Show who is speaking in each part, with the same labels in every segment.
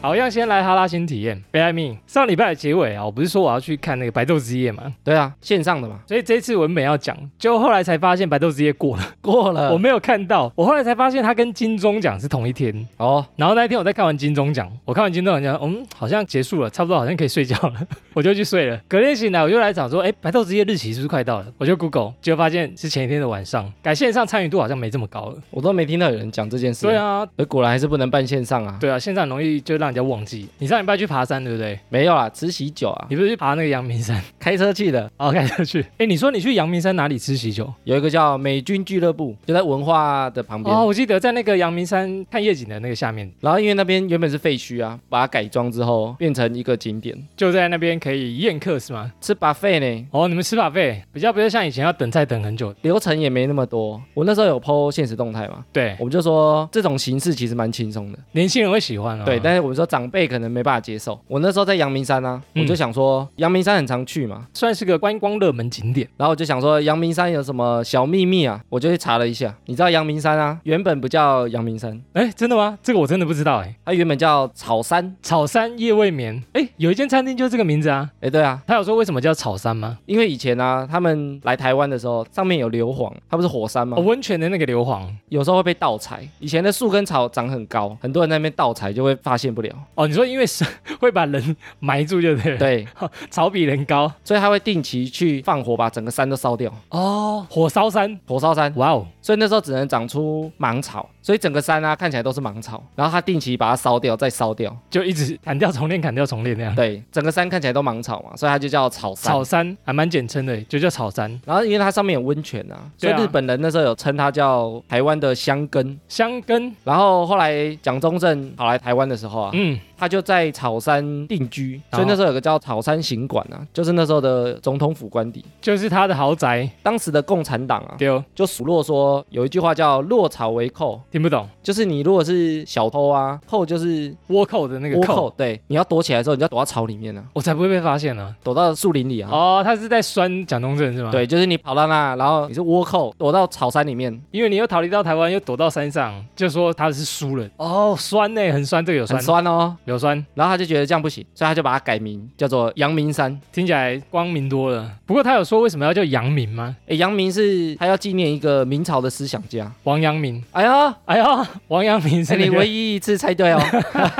Speaker 1: 好，要先来哈拉新体验。b a me，上礼拜的结尾啊，我不是说我要去看那个白昼之夜嘛，
Speaker 2: 对啊，线上的嘛，
Speaker 1: 所以这次文本要讲，就后来才发现白昼之夜过了，
Speaker 2: 过了
Speaker 1: 我没有看到，我后来才发现它跟金钟奖是同一天。
Speaker 2: 哦，
Speaker 1: 然后那一天我在看完金钟奖，我看完金钟奖，嗯，好像结束了，差不多好像可以睡觉了， 我就去睡了。隔天醒来，我就来找说，哎，白昼之夜日期是不是快到了？我就 Google，结果发现是前一天的晚上，改线上参与度好像没这么高了。
Speaker 2: 我都没听到有人讲这件事。
Speaker 1: 对，啊，
Speaker 2: 可果然还是不能办线上啊。
Speaker 1: 对啊，线上很容易就让人家忘记。你上礼拜去爬山对不对？
Speaker 2: 没有啦，慈禧酒啊，
Speaker 1: 你不是去爬那个阳明山？
Speaker 2: 开车去的，
Speaker 1: 哦，开车 去。哎，你说你去阳明山哪里吃喜酒？
Speaker 2: 有一个叫美军俱乐部，就在文化的旁边。
Speaker 1: 哦，我记得在那个阳明山看夜景的那个下面，
Speaker 2: 然后因为那边原本是废墟啊，把它改装之后变成一个景点，
Speaker 1: 就在那边可以宴客是吗？
Speaker 2: 吃 buffet 呢，
Speaker 1: 哦，你们吃法费比较不是像以前要等菜等很久。
Speaker 2: 流程也没那么多。我那时候有 PO 现实动态嘛，
Speaker 1: 对，
Speaker 2: 我们就说这种形式其实蛮轻松的，
Speaker 1: 年轻人会喜欢哦。
Speaker 2: 对。但是我们说长辈可能没办法接受。我那时候在阳明山啊，
Speaker 1: 嗯
Speaker 2: 我就想说阳明山很常去嘛，
Speaker 1: 算是个观光热门景点。
Speaker 2: 然后我就想说阳明山有什么小秘密啊，我就去查了一下。你知道阳明山啊，原本不叫阳明山，
Speaker 1: 哎，真的吗？这个我真的不知道哎。
Speaker 2: 它原本叫草山。
Speaker 1: 草山夜未眠，哎，有一间餐厅就这个名字啊。
Speaker 2: 哎，对啊，
Speaker 1: 他有说为什么叫草山吗？
Speaker 2: 因为以前啊，他们来台湾的时候，上面有硫磺，它不是火山吗？
Speaker 1: 哦，温泉的那个硫磺。
Speaker 2: 有时候会被盗采。以前的树跟草长很高，很多人在那边盗采就会发现不了。
Speaker 1: 哦，你说因为是 会把人埋住就对了，
Speaker 2: 对，
Speaker 1: 草比人高。
Speaker 2: 所以他会定期去放火，把整个山都烧掉，
Speaker 1: 哦，火烧山，
Speaker 2: 火烧山。
Speaker 1: 哇哦，
Speaker 2: 所以那时候只能长出芒草，所以整个山啊看起来都是芒草。然后他定期把它烧掉，再烧掉，
Speaker 1: 就一直砍掉重练，砍掉重练那样。
Speaker 2: 对，整个山看起来都芒草嘛，所以它就叫草山。
Speaker 1: 草山还蛮简称的，就叫草山。
Speaker 2: 然后因为它上面有温泉啊，所
Speaker 1: 对
Speaker 2: 以
Speaker 1: 啊
Speaker 2: 日本人那时候有称它叫台湾的香根。
Speaker 1: 香根，
Speaker 2: 然后后来蒋中正跑来台湾的时候啊，
Speaker 1: 嗯，
Speaker 2: 他就在草山定居，
Speaker 1: 哦
Speaker 2: 所以那时候有个叫草山行馆啊，就是那时候的总统府官邸。
Speaker 1: 就是他的豪宅。
Speaker 2: 当时的共产党啊，
Speaker 1: 对哦，
Speaker 2: 就数落说有一句话叫“落草为寇
Speaker 1: 听不懂”，，
Speaker 2: 就是你如果是小偷啊，寇就是
Speaker 1: 倭寇的那个
Speaker 2: 倭
Speaker 1: 寇，
Speaker 2: 寇，对，你要躲起来的时候，你就要躲到草里面啊，
Speaker 1: 我才不会被发现呢、
Speaker 2: 躲到树林里啊。
Speaker 1: 哦，他是在酸蒋中正是吗？，
Speaker 2: 对，就是你跑到那，然后你是倭寇，躲到草山里面，
Speaker 1: 因为你又逃离到台湾，又躲到山上，就说他是输了。哦，酸呢、很酸，这个有酸，
Speaker 2: 很酸哦。
Speaker 1: 有酸，
Speaker 2: 然后他就觉得这样不行，所以他就把它改名叫做阳明山。
Speaker 1: 听起来光明多了。不过他有说为什么要叫阳明吗？
Speaker 2: 诶，阳明是他要纪念一个明朝的思想家。
Speaker 1: 王阳明。
Speaker 2: 哎 呀，
Speaker 1: 哎呦，王阳明是
Speaker 2: 是
Speaker 1: 那
Speaker 2: 你
Speaker 1: 个
Speaker 2: 唯一一次猜对哦，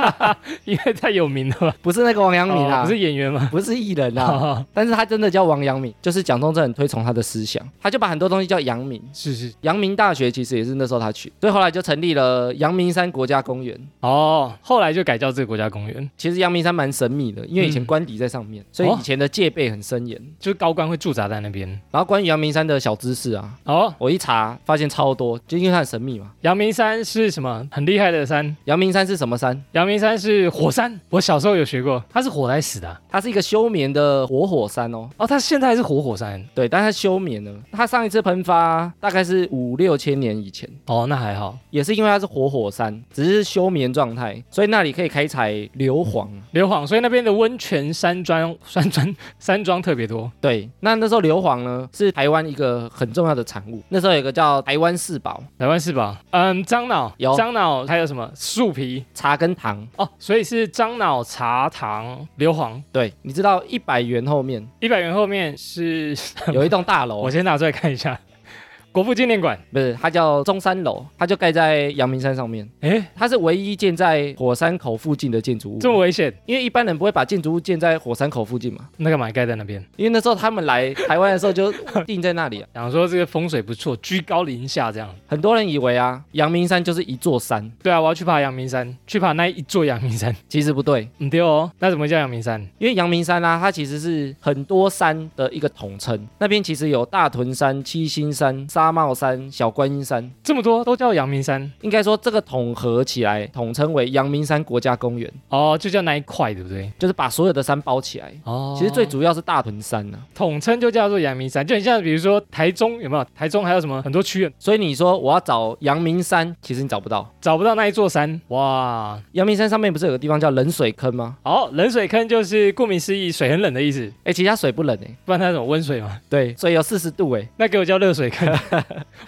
Speaker 1: 因为太有名了吧？
Speaker 2: 不是那个王阳明
Speaker 1: 哦
Speaker 2: 啊，
Speaker 1: 不是哦演员吗？
Speaker 2: 不是艺人 啊，但是他真的叫王阳明，就是蒋中正很推崇他的思想，他就把很多东西叫阳明。
Speaker 1: 是是
Speaker 2: 阳明大学其实也是那时候他去，所以后来就成立了阳明山国家公园。
Speaker 1: 哦，后来就改叫这个国家公园，
Speaker 2: 其实阳明山蛮神秘的，因为以前
Speaker 1: 嗯
Speaker 2: 官邸在上面，所以
Speaker 1: 哦
Speaker 2: 以前的戒备很森严。
Speaker 1: 就是高官会驻扎在那边。
Speaker 2: 然后关于阳明山的小知识啊，
Speaker 1: 哦，
Speaker 2: 我一查发现超多，就因为它很神秘嘛。
Speaker 1: 阳明山是什么很厉害的山？
Speaker 2: 阳明山是什么山？
Speaker 1: 阳明山是火山，我小时候有学过，它是火来死的啊、
Speaker 2: 它是一个休眠的活火山哦。
Speaker 1: 哦，它现在还是活火山。
Speaker 2: 对，但它休眠了。它上一次喷发大概是五六千年以前，
Speaker 1: 哦，那还好。
Speaker 2: 也是因为它是活火山，只是休眠状态，所以那里可以开采硫磺。
Speaker 1: 硫磺，所以那边的温泉山庄、 山庄、山庄特别多。
Speaker 2: 对，那那时候硫磺呢是台湾一个很重要的产物。那时候有一个叫台湾四宝，
Speaker 1: 台湾是吧？嗯，樟脑
Speaker 2: 有
Speaker 1: 樟脑，还有什么树皮？
Speaker 2: 茶跟糖。
Speaker 1: 哦，所以是樟脑、茶糖、硫磺。
Speaker 2: 对，你知道一百元后 面
Speaker 1: 一百元后面是，
Speaker 2: 有一栋大
Speaker 1: 我
Speaker 2: 楼，
Speaker 1: 先拿出来看一下，国父纪念馆。
Speaker 2: 不是它叫中山楼，它就盖在阳明山上面，
Speaker 1: 哎，
Speaker 2: 它是唯一建在火山口附近的建筑物。
Speaker 1: 这么危险，
Speaker 2: 因为一般人不会把建筑物建在火山口附近嘛，
Speaker 1: 那干嘛盖在那边？
Speaker 2: 因为那时候他们来台湾的时候就定在那里啊。
Speaker 1: 想说这个风水不错，居高临下这样。
Speaker 2: 很多人以为啊，阳明山就是一座山，
Speaker 1: 对啊，我要去爬阳明山，去爬那一座阳明山。
Speaker 2: 其实不对，
Speaker 1: 嗯，对哦，那怎么叫阳明山？
Speaker 2: 因为阳明山啊，它其实是很多山的一个统称。那边其实有大屯山、七星山、沙帽山、小观音山，
Speaker 1: 这么多都叫阳明山
Speaker 2: 应该说这个统合起来，统称为阳明山国家公园，
Speaker 1: 哦，就叫那一块，对不对？
Speaker 2: 就是把所有的山包起来。
Speaker 1: 哦
Speaker 2: 其实最主要是大屯山啊呐、
Speaker 1: 统称就叫做阳明山，就很像比如说台中有没有？台中还有什么很多区域
Speaker 2: 所以你说我要找阳明山，其实你找不到。
Speaker 1: 找不到那一座山？哇，
Speaker 2: 阳明山上面不是有个地方叫冷水坑吗？欸
Speaker 1: 好、冷水坑就是顾名思义，水很冷的意思，
Speaker 2: 哎，其实它水不冷哎、
Speaker 1: 不然它怎么温水嘛？
Speaker 2: 对，所以有四十度哎、
Speaker 1: 那给我叫热水坑，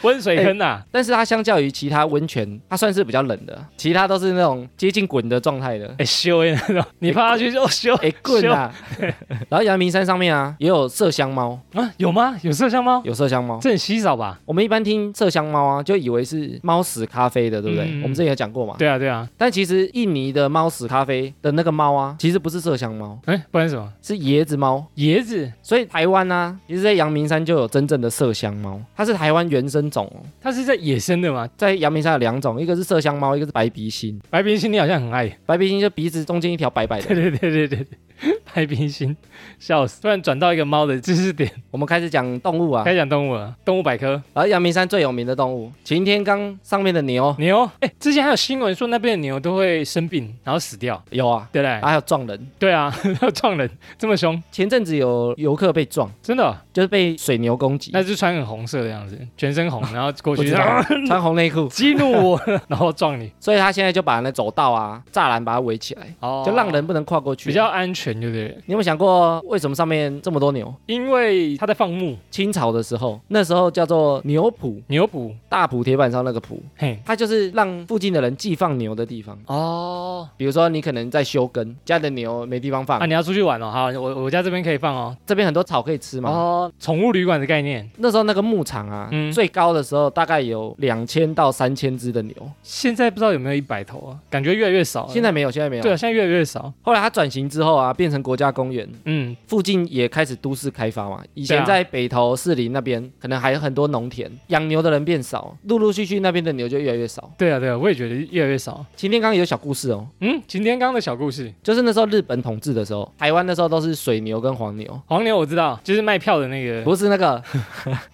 Speaker 1: 温水坑啊呐、
Speaker 2: 但是它相较于其他温泉，它算是比较冷的，其他都是那种接近滚的状 态的
Speaker 1: 哎、。修哎那种，你趴下去就哦 修
Speaker 2: 哎、棍啊！ 然后阳明山上面啊，也有麝香猫，
Speaker 1: 啊，有吗？有麝香猫？
Speaker 2: 有麝香猫。
Speaker 1: 这很稀少吧？
Speaker 2: 我们一般听麝香猫啊，就以为是猫屎咖啡的，对不对？
Speaker 1: 嗯
Speaker 2: 我们之前有讲过嘛。
Speaker 1: 对啊对啊，
Speaker 2: 但其实印尼的猫屎咖啡的那个猫啊，其实不是麝香猫，
Speaker 1: 哎、不然什么？
Speaker 2: 是椰子猫。
Speaker 1: 椰子，
Speaker 2: 所以台湾啊，其实，在阳明山就有真正的麝香猫，它是台湾原生种哦。
Speaker 1: 它是在野生的吗？
Speaker 2: 在阳明山有两种，一个是麝香猫，一个是白鼻心。
Speaker 1: 白冰心，你好像很爱。
Speaker 2: 白鼻心就鼻子中间一条白白的。
Speaker 1: 对对对对对对，白冰心，笑死！突然转到一个猫的知识点，
Speaker 2: 我们开始讲动物啊，
Speaker 1: 开讲动物了，动物百科。
Speaker 2: 然后阳明山最有名的动物，擎天岗上面的牛
Speaker 1: 牛，哎、之前还有新闻说那边的牛都会生病，然后死掉，
Speaker 2: 有啊，
Speaker 1: 对不对？
Speaker 2: 啊还有撞人。
Speaker 1: 对啊， 要撞人这么凶，
Speaker 2: 前阵子有游客被撞，
Speaker 1: 真的哦、
Speaker 2: 就是被水牛攻击，
Speaker 1: 那就穿很红色的样子，全 身红，然后过
Speaker 2: 不
Speaker 1: 去
Speaker 2: 知道
Speaker 1: 啊
Speaker 2: 穿红内裤，
Speaker 1: 激怒我， 然后撞你，
Speaker 2: 所以他现在就把那走道啊、栅栏把它围起来，
Speaker 1: 哦
Speaker 2: 就让人不能跨过去。
Speaker 1: 比较，安全，对不对？
Speaker 2: 你有没有想过为什么上面这么多牛？
Speaker 1: 因为他在放牧
Speaker 2: 清朝的时候，那时候叫做牛埔，
Speaker 1: 牛埔，
Speaker 2: 大埔铁板烧那个埔，
Speaker 1: 嘿，
Speaker 2: 它就是让附近的人寄放牛的地方。
Speaker 1: 哦，
Speaker 2: 比如说你可能在休耕，家里的牛没地方放，
Speaker 1: 啊，你要出去玩哦，好，我我家这边可以放哦，
Speaker 2: 这边很多草可以吃嘛。
Speaker 1: 哦，宠物旅馆的概念，
Speaker 2: 那时候那个牧场啊，
Speaker 1: 嗯
Speaker 2: 最高的时候大概有两千到三千只的牛，
Speaker 1: 现在不知道有没有一百头啊，感觉越来越少了，
Speaker 2: 现在没有，现在没有。
Speaker 1: 对啊，现在越来越少，
Speaker 2: 后来它转型之后啊，变成国家公园，
Speaker 1: 嗯，
Speaker 2: 附近也开始都市开发嘛。以
Speaker 1: 对
Speaker 2: 前
Speaker 1: 啊
Speaker 2: 在北投、士林那边，可能还有很多农田，养牛的人变少，陆陆续续那边的牛就越来越少。
Speaker 1: 对啊，对啊，我也觉得越来越少，
Speaker 2: 擎天岗也有小故事哦，
Speaker 1: 嗯，擎天刚的小故事，
Speaker 2: 就是那时候日本统治的时候，台湾那时候都是水牛跟黄牛，
Speaker 1: 黄牛我知道，就是卖票的那个，
Speaker 2: 不是 那个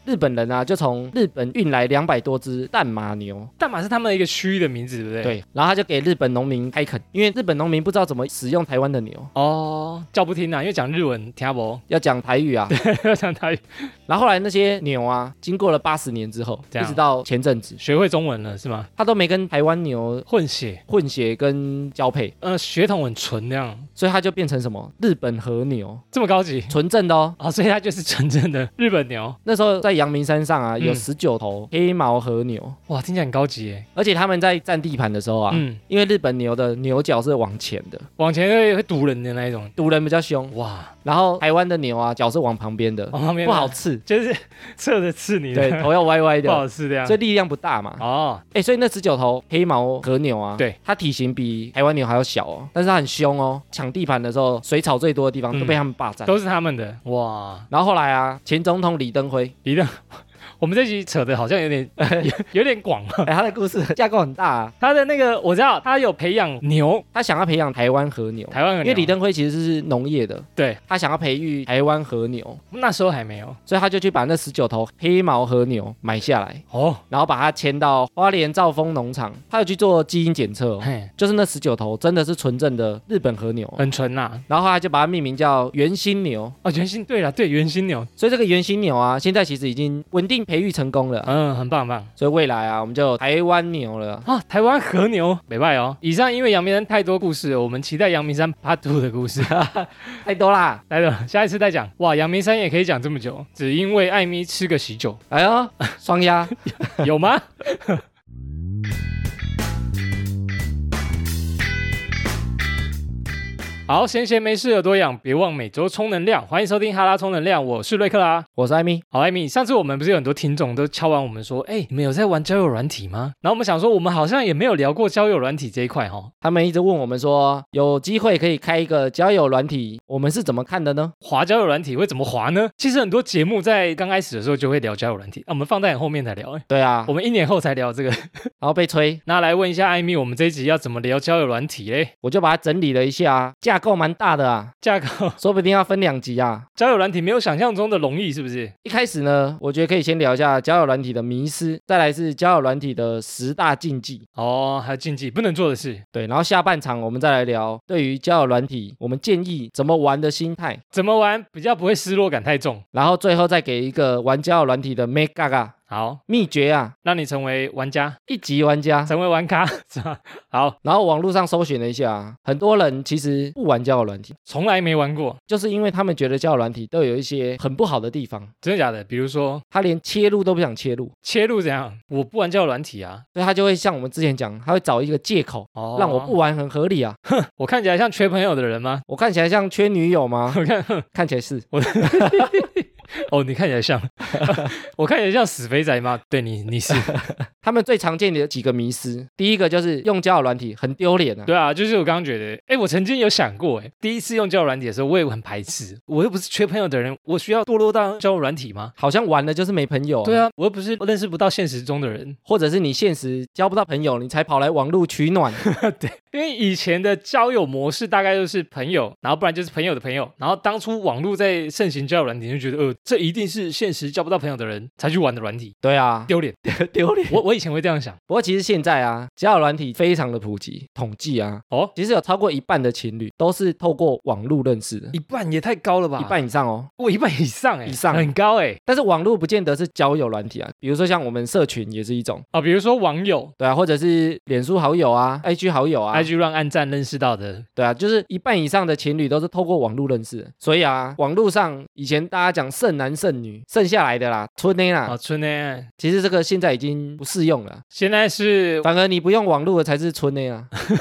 Speaker 2: 日本人啊，就从日本运来两百多只淡马牛，
Speaker 1: 大马是他们的一个区域的名字，对不对？，
Speaker 2: 对，然后他就给日本农民开垦，因为日本农民不知道怎么使用台湾的牛，
Speaker 1: 哦，叫不听啊，因为讲日文听不懂，
Speaker 2: 要讲台语啊。
Speaker 1: 要讲台语，
Speaker 2: 然后后来那些牛啊，经过了八十年之后，
Speaker 1: 这
Speaker 2: 一
Speaker 1: 样
Speaker 2: 直到前阵子，
Speaker 1: 学会中文了是吗？
Speaker 2: 他都没跟台湾牛
Speaker 1: 混血，
Speaker 2: 混血跟交配，
Speaker 1: 呃，血统很纯那样，
Speaker 2: 所以它就变成什么日本和牛，
Speaker 1: 这么高级。
Speaker 2: 纯正的哦。
Speaker 1: 哦，所以它就是纯正的日本牛，
Speaker 2: 那时候在阳明山上啊，
Speaker 1: 嗯
Speaker 2: 有十九头黑毛和牛，
Speaker 1: 哇，听起来很高级耶。
Speaker 2: 而且他们在占地盘的时候啊，
Speaker 1: 嗯，
Speaker 2: 因为日本牛的牛角是往前的，
Speaker 1: 往前会会堵人的那一种，
Speaker 2: 毒人比较凶，
Speaker 1: 哇，
Speaker 2: 然后台湾的牛啊，脚是往旁边的，
Speaker 1: 往旁边
Speaker 2: 不好，刺，
Speaker 1: 就是 侧着刺你的，
Speaker 2: 对，头要歪歪
Speaker 1: 不好啊
Speaker 2: 的，
Speaker 1: 吃这样
Speaker 2: 所。以力量不大嘛。
Speaker 1: 哦，
Speaker 2: 哎、所以那十九头黑毛和牛啊，
Speaker 1: 对，
Speaker 2: 它体型比台湾牛还要小哦，但是它很凶哦，抢地盘的时候，水草最多的地方
Speaker 1: 嗯
Speaker 2: 都被他们霸占。
Speaker 1: 都是他们的，哇，
Speaker 2: 然后后来啊，前总统李登 辉，
Speaker 1: 一定。我们这集扯的好像有点有有点广了。
Speaker 2: 哎、他的故事架构很大啊，
Speaker 1: 他的那个我知道，他有培养牛，
Speaker 2: 他想要培养台湾和牛，
Speaker 1: 台湾和
Speaker 2: 因
Speaker 1: 牛
Speaker 2: 为李登辉其实是农业的，
Speaker 1: 对
Speaker 2: 他想要培育台湾和牛，
Speaker 1: 那时候还没有
Speaker 2: 所以他就去把那十九头黑毛和牛买下来，
Speaker 1: 哦，
Speaker 2: 然后把它迁到花莲兆丰农场，他有去做基因检测、哦，
Speaker 1: 嘿，
Speaker 2: 就是那十九头真的是纯正的日本和牛哦，
Speaker 1: 很纯呐。
Speaker 2: 然后后来就把它命名叫原心牛。
Speaker 1: 哦，原心对了，对原心牛，
Speaker 2: 所以这个原型牛啊，现在其实已经稳定培育成功了。
Speaker 1: 嗯，很棒很棒。
Speaker 2: 所以未来啊，我们就有台湾牛了。
Speaker 1: 啊，台湾和牛，北拜哦。以上因为阳明山太多故事了，我们期待阳明山 Part Two 的故 事。
Speaker 2: 太多啦！
Speaker 1: 来了，下一次再讲。哇，阳明山也可以讲这么久，只因为艾米吃个喜酒，
Speaker 2: 哎呦，双 鸭，
Speaker 1: 有吗？好，闲闲没事的多养，别忘每周充能量。欢迎收听哈拉充能量，我是瑞克啦。
Speaker 2: 我是艾米。
Speaker 1: 好，艾米，上次我们不是有很多听众都敲完我们说，哎、你们有在玩交友软体吗？然后我们想说，我们好像也没有聊过交友软体这一块哈。
Speaker 2: 他们一直问我们说，有机会可以开一个交友软体，我们是怎么看的呢？
Speaker 1: 滑交友软体会怎么滑呢？其实很多节目在刚开始的时候就会聊交友软体，啊，我们放在很后面才聊、哎，
Speaker 2: 对啊
Speaker 1: 我，们一年后才聊这个。
Speaker 2: 然后被催，
Speaker 1: 那来问一下艾米，我们这一集要怎么聊交友软体嘞？
Speaker 2: 我就把它整理了一下啊，架构蛮大的啊，
Speaker 1: 架构
Speaker 2: 说不定要分两集啊。
Speaker 1: 交友软体没有想象中的容易，是不是？
Speaker 2: 一开始呢，我觉得可以先聊一下交友软体的迷思，再来是交友软体的十大禁忌，
Speaker 1: 哦，还有禁忌不能做的事，
Speaker 2: 对，然后下半场我们再来聊对于交友软体，我们建议怎么玩的心态，
Speaker 1: 怎么玩比较不会失落感太重
Speaker 2: 然后最后再给一个玩交友软体的 mega 嘎，
Speaker 1: 好，
Speaker 2: 秘诀啊，
Speaker 1: 让你成为玩家，
Speaker 2: 一级玩家。
Speaker 1: 成为玩咖， 是吧？好，
Speaker 2: 然后网络上搜寻了一下啊，很多人其实不玩交友软体，
Speaker 1: 从来没玩过，
Speaker 2: 就是因为他们觉得交友软体都有一些很不好的地方，
Speaker 1: 真的假的？比如说
Speaker 2: 他连切入都不想切入，
Speaker 1: 切入怎样？我不玩交友软体啊，
Speaker 2: 所以他就会像我们之前讲，他会找一个借口。
Speaker 1: 哦
Speaker 2: 让我不，玩很合理啊！
Speaker 1: 我看起来像缺朋友的人吗？
Speaker 2: 我看起来像缺女友吗？
Speaker 1: 我看，
Speaker 2: 看起来是，
Speaker 1: 哦，你看起来像， 我看起来像死肥仔吗？对你，你是，
Speaker 2: 他们最常见的几个迷失，第一个就是用交友软体很丢脸啊。
Speaker 1: 对啊，就是我刚刚觉得，哎，我曾经有想过，哎，第一次用交友软体的时候，我也很排斥，我又不是缺朋友的人，我需要堕落到交友软体吗？
Speaker 2: 好像玩了就是没朋友、
Speaker 1: 对
Speaker 2: 啊，
Speaker 1: 啊，我又不是认识不到现实中的人，
Speaker 2: 或者是你现实交不到朋友，你才跑来网络取 暖。
Speaker 1: 因为以前的交友模式大概就是朋友，然后不然就是朋友的朋友，然后当初网络在盛行交友软体，就觉得呃，这一定是现实交不到朋友的人才去玩的软体，
Speaker 2: 对啊，
Speaker 1: 丢脸。
Speaker 2: 丢脸。
Speaker 1: 我我以前会这样想，
Speaker 2: 不过其实现在啊，交友软体非常的普及，统计啊，
Speaker 1: 哦，
Speaker 2: 其实有超过一半的情侣都是透过网络认识的，
Speaker 1: 一半也太高了吧？
Speaker 2: 一，半以上哦。
Speaker 1: 我一半以上哎，
Speaker 2: 以上
Speaker 1: 很高哎
Speaker 2: 但是网络不见得是交友软体啊，比如说像我们社群也是一种，
Speaker 1: 啊、比如说网友。
Speaker 2: 对啊，或者是脸书好友啊、IG 好友啊，
Speaker 1: IG 让暗赞认识到的，
Speaker 2: 对啊，就是一半以上的情侣都是透过网络认识的，所以啊，网络上以前大家讲剩男剩女剩下来的啦，村内啦，
Speaker 1: 啊，春呢？
Speaker 2: 其实这个现在已经不适用了，
Speaker 1: 现在 是
Speaker 2: 反而你不用网络的才是村内啊。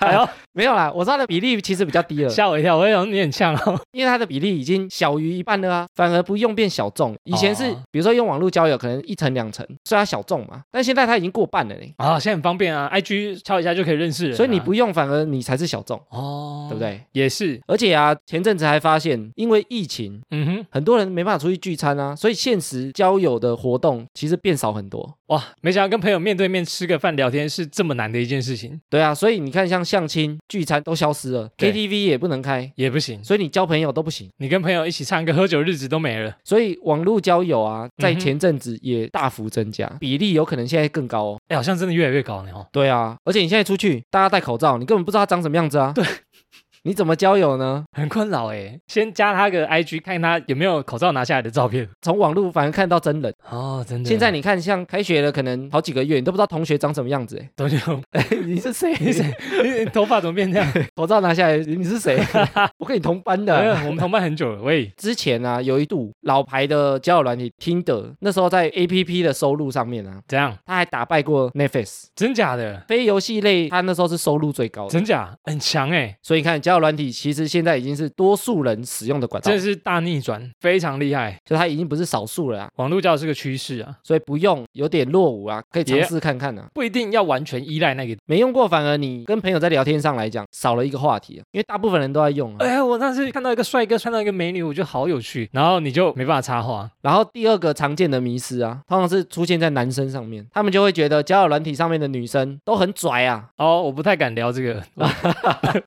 Speaker 1: 哎呦，
Speaker 2: 没有啦，我知道的比例其实比较低了，
Speaker 1: 吓我一跳，我想你很呛哦。
Speaker 2: 因为它的比例已经小于一半了啊，反而不用变小众。以前是
Speaker 1: 哦
Speaker 2: 比如说用网络交友，可能一层两层，所以它小众嘛，但现在它已经过半了嘞，
Speaker 1: 啊，现在很方便啊，IG 敲一下就可以认识人啊、
Speaker 2: 所以你不用反而你才是小众，
Speaker 1: 哦，
Speaker 2: 对不？对？
Speaker 1: 也是，
Speaker 2: 而且啊，前阵子还发现，因为疫情，
Speaker 1: 嗯哼，
Speaker 2: 很多人没办法出去聚餐啊，所以现实交友的活动其实变少很多。
Speaker 1: 哇，没想到跟朋友面对面吃个饭聊天是这么难的一件事情，
Speaker 2: 对啊，所以你看，像相亲、聚餐都消失了
Speaker 1: 对
Speaker 2: ，KTV 也不能开，
Speaker 1: 也不行。
Speaker 2: 所以你交朋友都不行。
Speaker 1: 你跟朋友一起唱歌喝酒，日子都没了。
Speaker 2: 所以网络交友啊，在
Speaker 1: 嗯哼
Speaker 2: 前阵子也大幅增加，比例有可能现在更高哦。
Speaker 1: 哎，好像真的越来越高呢哦。
Speaker 2: 对啊，而且你现在出去，大家戴口罩，你根本不知道他长什么样子啊。对。 你怎么交友呢？
Speaker 1: 很困扰哎。先加他个 IG，看他有没有口罩拿下来的照片。
Speaker 2: 从网络反而看到真人。
Speaker 1: 哦，真的。
Speaker 2: 现在你看，像开学了，可能好几个月，你都不知道同学长什么样子。
Speaker 1: 都就
Speaker 2: 哎， 你是谁？
Speaker 1: 你是你头发怎么变这 样？
Speaker 2: 口罩拿下来，你是谁？我跟你同班的。啊
Speaker 1: 没有我们同伴很久了，喂，
Speaker 2: 之前啊，有一度老牌的交友软体 Tinder，那时候在 APP 的收入上面啊，
Speaker 1: 怎样？
Speaker 2: 它还打败过 Netflix。
Speaker 1: 真假的？
Speaker 2: 非游戏类，它那时候是收入最高的。
Speaker 1: 真假？很强哎，
Speaker 2: 所以你看，交友软体其实现在已经是多数人使用的管道，
Speaker 1: 真的是大逆转，非常厉害。
Speaker 2: 就它已经不是少数了啊。
Speaker 1: 网络交友是个趋势啊，
Speaker 2: 所以不用有点落伍啊，可以尝试看看啊。
Speaker 1: 不一定要完全依赖那个。
Speaker 2: 没用过，反而你跟朋友在聊天上来讲少了一个话题、啊，因为大部分人都在用啊。
Speaker 1: 哎呀，我那次看到一个帅哥，看到一个美女，我觉得好有趣，然后你就没办法插话。
Speaker 2: 然后第二个常见的迷失啊，通常是出现在男生上面，他们就会觉得交友软体上面的女生都很拽啊。
Speaker 1: 哦，我不太敢聊这个，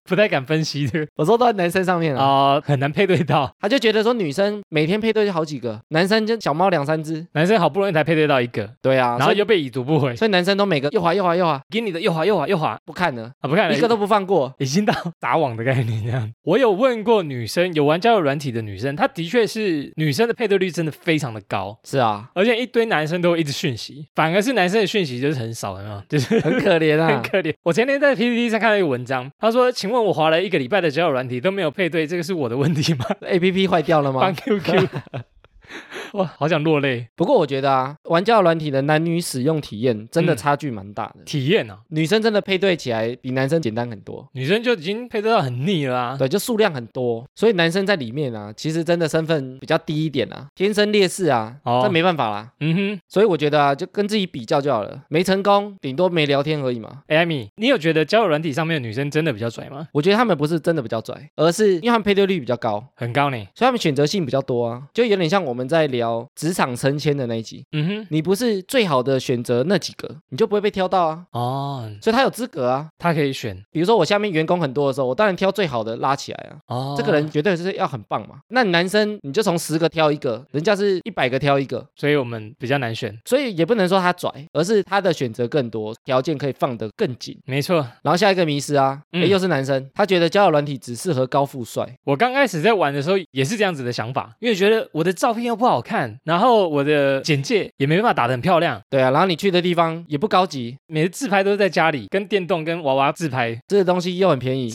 Speaker 1: 不太敢分析这个
Speaker 2: 我说都在男生上面啊，
Speaker 1: 啊、很难配对到。
Speaker 2: 他就觉得说女生每天配对就好几个，男生就小猫两三只。
Speaker 1: 男生好不容易才配对到一个，
Speaker 2: 对啊，
Speaker 1: 然后
Speaker 2: 所以
Speaker 1: 又被已读不回，
Speaker 2: 所以男生都每个又滑又滑又滑，
Speaker 1: 给你的又滑又滑又滑
Speaker 2: 不看了，
Speaker 1: 啊，不看了，
Speaker 2: 一个都不放过。
Speaker 1: 已 经到撒网的概念这样。我有问过女生，有玩交友软体的女生，她的确是女生的配对率真的非常的高。
Speaker 2: 是啊，
Speaker 1: 而且一堆男生都会一直讯息，反而是男生的讯息就是很少，有没 有？就是
Speaker 2: 很可 怜
Speaker 1: 很
Speaker 2: 啊。
Speaker 1: 可怜。我前天在 PPT 上看到一个文章，他说：“请问我滑了一个礼拜的交友软体都没有配对，这个是我的问题吗？”
Speaker 2: A P P 坏掉了吗
Speaker 1: 帮？QQ，哇，好想落泪。
Speaker 2: 不过我觉得啊，玩交友软体的男女使用体验真的
Speaker 1: 嗯
Speaker 2: 差距蛮大的。
Speaker 1: 体验啊，
Speaker 2: 女生真的配对起来比男生简单很多。
Speaker 1: 女生就已经配对到很腻了啊。
Speaker 2: 对，就数量很多，所以男生在里面啊，其实真的身份比较低一点啊，天生劣势啊，
Speaker 1: 哦
Speaker 2: 这没办法啦。
Speaker 1: 嗯哼，
Speaker 2: 所以我觉得啊，就跟自己比较就好了，没成功，顶多没聊天而已嘛。
Speaker 1: 哎艾米，你有觉得交友软体上面的女生真的比较拽吗？
Speaker 2: 我觉得他们不是真的比较拽，而是因为他们配对率比较高，
Speaker 1: 很高呢。
Speaker 2: 所以他们选择性比较多啊，就有点像我们在聊职场升迁的那一集，
Speaker 1: 嗯哼，
Speaker 2: 你不是最好的选择那几个，你就不会被挑到啊，
Speaker 1: 哦，
Speaker 2: 所以他有资格啊。
Speaker 1: 她可以选
Speaker 2: 比如说我下面员工很多的时候，我当然挑最好的拉起来啊，
Speaker 1: 哦，
Speaker 2: 这个人，绝对是要很棒嘛。那你男生你就从十个挑一个，人家是一百个挑一个，
Speaker 1: 所以我们比较难选。
Speaker 2: 所以也不能说他拽，而是他的选择更多，条件可以放得更紧。
Speaker 1: 没错，
Speaker 2: 然后下一个迷失啊，
Speaker 1: 嗯
Speaker 2: 诶又是男生，他觉得交友软体只适合高富帅，
Speaker 1: 我刚开始在玩的时候也是这样子的想法，因为觉得我的照片又不好看，然后我的简介也没办法打得很漂亮，
Speaker 2: 对啊，然后你去的地方也不高级，
Speaker 1: 每次自拍都是在家里跟电动跟娃娃自拍，
Speaker 2: 这个东西又很便 宜。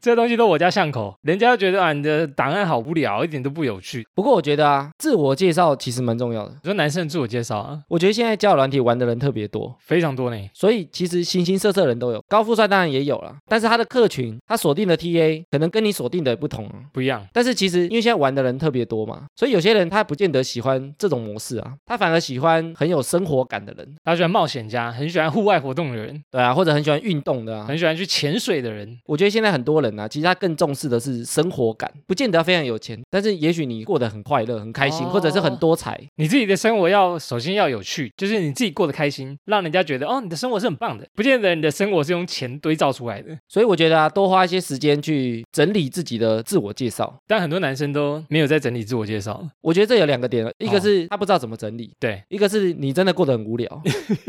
Speaker 1: 这些东西都我家巷口，人家就觉得啊你的档案好无聊，一点都不有趣。
Speaker 2: 不过我觉得啊，自我介绍其实蛮重要的。
Speaker 1: 你说男生的自我介绍啊，
Speaker 2: 我觉得现在交友软体玩的人特别多，
Speaker 1: 非常多呢，
Speaker 2: 所以其实形形色色的人都有，高富帅当然也有啦，但是他的客群，他锁定的 TA 可能跟你锁定的也不同啊。
Speaker 1: 不一样。
Speaker 2: 但是其实因为现在玩的人特别多嘛，所以有些人他不见得喜欢这种模式啊，他反而喜欢很有生活感的人，
Speaker 1: 他喜欢冒险家，很喜欢户外活动的人，
Speaker 2: 对啊，或者很喜欢运动的啊。
Speaker 1: 很喜欢去潜水的人。
Speaker 2: 我觉得现在很多人啊，其实他更重视的是生活感，不见得非常有钱，但是也许你过得很快乐、很开心，
Speaker 1: 哦
Speaker 2: 或者是很多彩。
Speaker 1: 你自己的生活要首先要有趣，就是你自己过得开心，让人家觉得哦，你的生活是很棒的，不见得你的生活是用钱堆造出来的。
Speaker 2: 所以我觉得啊，多花一些时间去整理自己的自我介绍。
Speaker 1: 但很多男生都没有在整理自我介绍，
Speaker 2: 我觉得这有两个点，一个是他不知道怎么整理，
Speaker 1: 对，
Speaker 2: 一个是你真的过得很无 聊，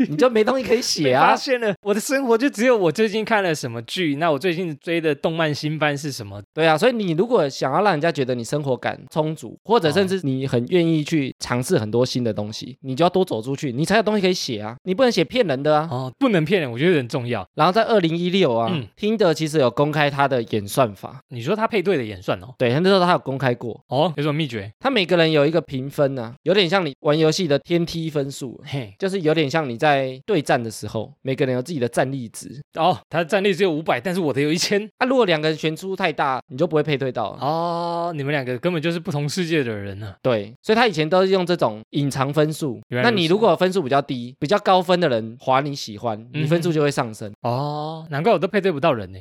Speaker 2: 你就没东西可以写
Speaker 1: 发
Speaker 2: 啊。
Speaker 1: 现了我的生活就只有我最近看了什么剧，那我最近追的动漫新番是什么？
Speaker 2: 对啊，所以你如果想要让人家觉得你生活感充足，或者
Speaker 1: 哦
Speaker 2: 甚至你很愿意去尝试很多新的东西，你就要多走出去，你才有东西可以写啊。你不能写骗人的啊。
Speaker 1: 哦，不能骗人，我觉得很重要。
Speaker 2: 然后在二零一六啊
Speaker 1: 嗯，
Speaker 2: 听的其实有公开他的演算法，
Speaker 1: 你说他配对的演算哦，
Speaker 2: 对，他那时候他有公开过，
Speaker 1: 哦，有什么秘诀？
Speaker 2: 他每个人有一个评分啊，有点像你玩游戏的天梯分数。
Speaker 1: 嘿，
Speaker 2: 就是有点像你在对战的时候，每个人有自己的战力值。
Speaker 1: 哦，他的战力只有五百，但是我的有一千。
Speaker 2: 啊，如果两个人悬殊太大，你就不会配对到啊。
Speaker 1: 哦，你们两个根本就是不同世界的人啊呢、
Speaker 2: 对，所以他以前都是用这种隐藏分数。
Speaker 1: 原来
Speaker 2: 那
Speaker 1: 如此
Speaker 2: 你如果分数比较低，比较高分的人划你喜欢，
Speaker 1: 嗯
Speaker 2: 你分数就会上升。
Speaker 1: 哦，难怪我都配对不到人 呢，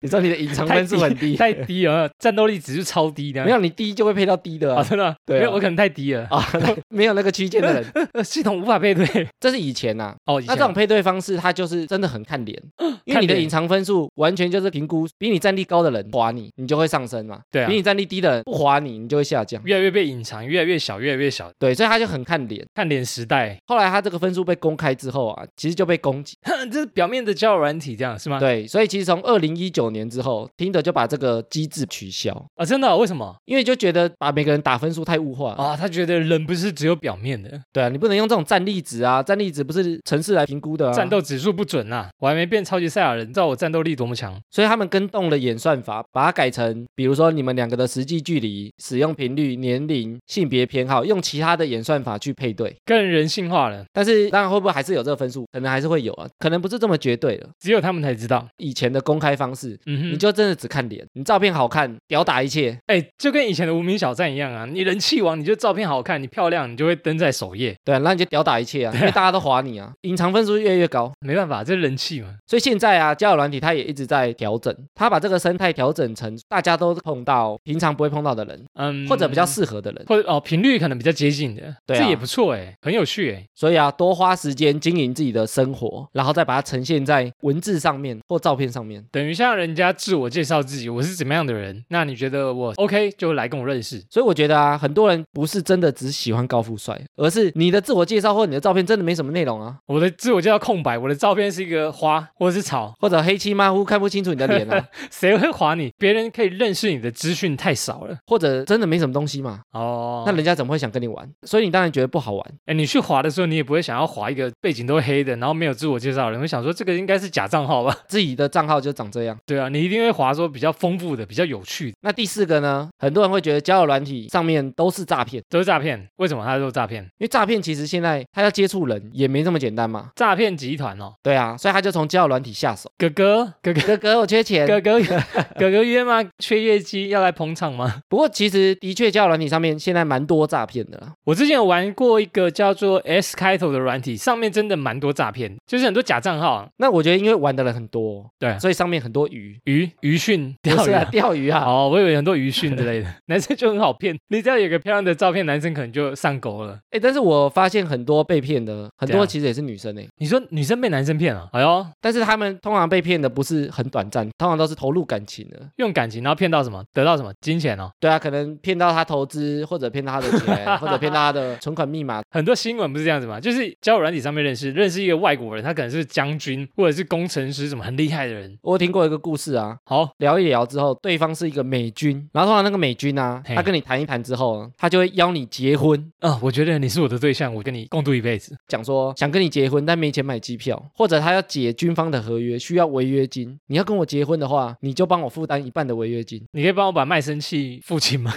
Speaker 2: 你知道你的隐藏分数很低，
Speaker 1: 太低 了，战斗力值是超低的。
Speaker 2: 没有你低就会配到低 的
Speaker 1: 啊，
Speaker 2: 啊，
Speaker 1: 真的吗，
Speaker 2: 对啊
Speaker 1: 没有，我可能太低了，
Speaker 2: 啊 没有那个区间的人，
Speaker 1: 呃系统无法配对。
Speaker 2: 这是以前呐、啊。
Speaker 1: 哦，以
Speaker 2: 那
Speaker 1: 前
Speaker 2: 这种配对方式，它就是真的很看脸，因为
Speaker 1: 看
Speaker 2: 你的
Speaker 1: 脸
Speaker 2: 隐藏分数完全就是评估比你战力高的人划你，你就会上升嘛。
Speaker 1: 对啊
Speaker 2: 比你战力低的人不划你，你就会下降。
Speaker 1: 越来越被隐藏，越来越小，越来越小。
Speaker 2: 对，所以他就很看脸。
Speaker 1: 看脸时代，
Speaker 2: 后来他这个分数被公开之后啊，其实就被攻击。
Speaker 1: 哼这是表面的交友软体，这样是吗？
Speaker 2: 对，所以其实从二零一九年之后，听的就把这个机制取消，
Speaker 1: 啊，真的哦、为什么
Speaker 2: 因为就觉得把每个人打分数太物化。
Speaker 1: 啊？他觉得人不是只有表面的，
Speaker 2: 对啊，你不能用这种战力值啊，战力值不是城市来评估的、啊。
Speaker 1: 战斗，指数不准啊！我还没变超级赛亚人，你知道我战斗力多么强？
Speaker 2: 所以他们跟动了演算法，把它改成，比如说你们两个的实际距离、使用频率、年龄、性别偏好，用其他的演算法去配对。
Speaker 1: 更人性化了，
Speaker 2: 但是当然会不会还是有这个分数？可能还是会有啊，可能不是这么绝对了。
Speaker 1: 只有他们才知道。
Speaker 2: 以前的公开方式。
Speaker 1: 嗯哼，
Speaker 2: 你就真的只看脸，你照片好看，屌打一切，
Speaker 1: 哎、就跟以前的无名小站一样啊，你人气王，你就照片好看，你漂亮，你就会登在首页。
Speaker 2: 对、啊，那你就屌打一切啊，因为大家都划你啊，隐藏分数越来越高，
Speaker 1: 没办法，这人气嘛。
Speaker 2: 所以现在啊，交友软体它也一直在调整，它把这个生态调整成大家都碰到平常不会碰到的人，
Speaker 1: 嗯，
Speaker 2: 或者比较适合的人，
Speaker 1: 或者哦，频率可能比较接近的，
Speaker 2: 对啊
Speaker 1: 这也不错哎，很有趣哎。
Speaker 2: 所以啊，多花时间经营自己的生活，然后再把它呈现在文字上面或照片上面。
Speaker 1: 等于像人家自我介绍自己，我是怎么样的人，那你觉得我 OK 就来跟我认识。
Speaker 2: 所以我觉得啊，很多人不是真的只喜欢高富帅，而是你的自我介绍或你的照片真的没什么内容啊，
Speaker 1: 我的自我介绍空白，我的照片是一个花或者是草，
Speaker 2: 或者黑漆麻糊看不清楚你的脸 啊，
Speaker 1: 谁会划你？别人可以认识你的资讯太少了
Speaker 2: 或者真的没什么东西嘛，
Speaker 1: 哦。
Speaker 2: 那人家怎么会想跟你玩？所以你当然觉得不好玩。
Speaker 1: 哎，你去划的时候，你也不会想要划一个背景都是黑的，然后没有自我介绍的人，会想说这个应该是假账号吧？
Speaker 2: 自己的账号就长这样。
Speaker 1: 对啊，你一定会划说比较丰富的、比较有趣的，
Speaker 2: 那第四个呢，很多人会觉得交友软体上面都是诈骗，
Speaker 1: 都是诈骗。为什么他都是诈骗？
Speaker 2: 因为诈骗其实现在他要接触人也没这么简单嘛。
Speaker 1: 诈骗集团哦，
Speaker 2: 对啊，所以他就从交友软体下手。
Speaker 1: 哥哥，哥哥。
Speaker 2: 哥哥，我缺钱。
Speaker 1: 哥哥， 哥哥约吗？缺业绩要来捧场吗？
Speaker 2: 不过其实的确，交友软体上面现在蛮多诈骗的啦。
Speaker 1: 我之前有玩过一个叫做 S 开头的软体，上面真的蛮多诈骗，就是很多假账号啊，
Speaker 2: 那我觉得因为玩的人很多，
Speaker 1: 对啊
Speaker 2: 所以上面很多鱼，
Speaker 1: 鱼鱼讯
Speaker 2: 不
Speaker 1: 钓
Speaker 2: 是
Speaker 1: 鱼
Speaker 2: 啊，
Speaker 1: 啊。
Speaker 2: 钓鱼啊。
Speaker 1: 哦，我以为很多鱼讯之类的， 男生就很好骗，你只要有个漂亮的照片，男生可能就上钩了。
Speaker 2: 哎，但是我发现很多被骗的，很
Speaker 1: 怎
Speaker 2: 多
Speaker 1: 样
Speaker 2: 其实也是女生哎。
Speaker 1: 你说女生被男生骗了、哎呦，
Speaker 2: 但是他们通常被骗的不是很短暂，通常都是投入感情的。
Speaker 1: 用感情然后骗到什么？得到什么？金钱哦。
Speaker 2: 对啊，可能骗到他投资，或者骗到他的钱， 或者骗到他的存款密码
Speaker 1: 很多新闻不是这样子吗？就是交友软体上面认识，认识一个外国人，他可能是将军或者是工程师，什么很厉害的人。
Speaker 2: 我听过一个故事啊，
Speaker 1: 好，
Speaker 2: 聊一聊之后，对方是一个美军，然后通常那个美军啊，
Speaker 1: 嘿
Speaker 2: 他跟你谈一谈之后呢，他就会邀你结婚，
Speaker 1: 啊，我觉得你是我的对象，我跟你共度一辈子。
Speaker 2: 讲说想跟你结婚，但没钱买机票，或者他要解军方的合约，需要违约金。你要跟我结婚的话，你就帮我负担一半的违约 金，
Speaker 1: 你可以帮我把卖身契付清 吗？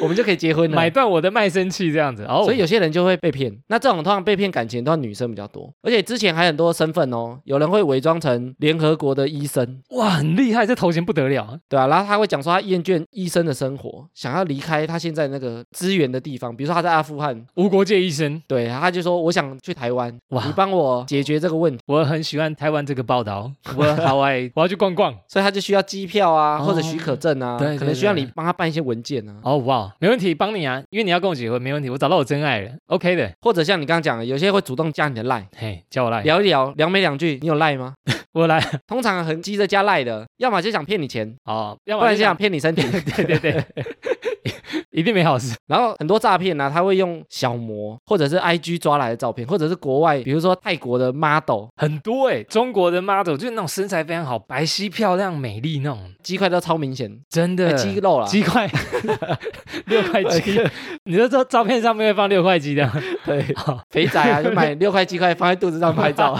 Speaker 2: 我们就可以结婚了。
Speaker 1: 买断我的卖身契这样子。哦，
Speaker 2: 所以有些人就会被骗。那这种通常被骗感情，都是女生比较多，而且之前还很多身份哦，有人会伪装成联合国的医生，
Speaker 1: 哇，很厉害，这头衔不得了啊。
Speaker 2: 对啊，然后他会讲说他厌倦医生的生活，想要离开他现在那个资源的地方，比如说他在阿富汗，
Speaker 1: 无国界医生，
Speaker 2: 对，他就说我想去台湾，
Speaker 1: 哇
Speaker 2: 你帮我解决这个问题，
Speaker 1: 我很喜欢台湾这个报道，我好爱， 我要去逛逛。
Speaker 2: 所以他就需要机票啊，
Speaker 1: 哦
Speaker 2: 或者许可证啊，
Speaker 1: 对对
Speaker 2: 可能需要
Speaker 1: 对
Speaker 2: 你帮他办一些文件啊。
Speaker 1: 哦，哇，没问题，帮你啊，因为你要跟我结婚，没问题，我找到我真爱了，OK 的。
Speaker 2: 或者像你刚刚讲的，有些会主动加你的赖，
Speaker 1: 嘿，叫我来，
Speaker 2: 聊一聊，聊没两句，你有赖吗？
Speaker 1: 我来。
Speaker 2: 通常很急着加赖的，要么就想骗你钱，
Speaker 1: 哦，要
Speaker 2: 不
Speaker 1: 么
Speaker 2: 然就
Speaker 1: 这
Speaker 2: 想
Speaker 1: 样，
Speaker 2: 骗你身体。
Speaker 1: 哦对 对对，一定没好事。
Speaker 2: 然后很多诈骗呢、啊他会用小模或者是 IG 抓来的照片，或者是国外，比如说泰国的 model，
Speaker 1: 很多哎、中国的 model 就是那种身材非常好、白皙漂亮、美丽那种，
Speaker 2: 鸡块都超明显，
Speaker 1: 真
Speaker 2: 呃
Speaker 1: 的
Speaker 2: 肌肉啦，
Speaker 1: 哎鸡块， 六块鸡，你就说照片上面会放六块鸡的，
Speaker 2: 对
Speaker 1: 好，
Speaker 2: 肥仔啊，就买六块鸡块放在肚子上拍照。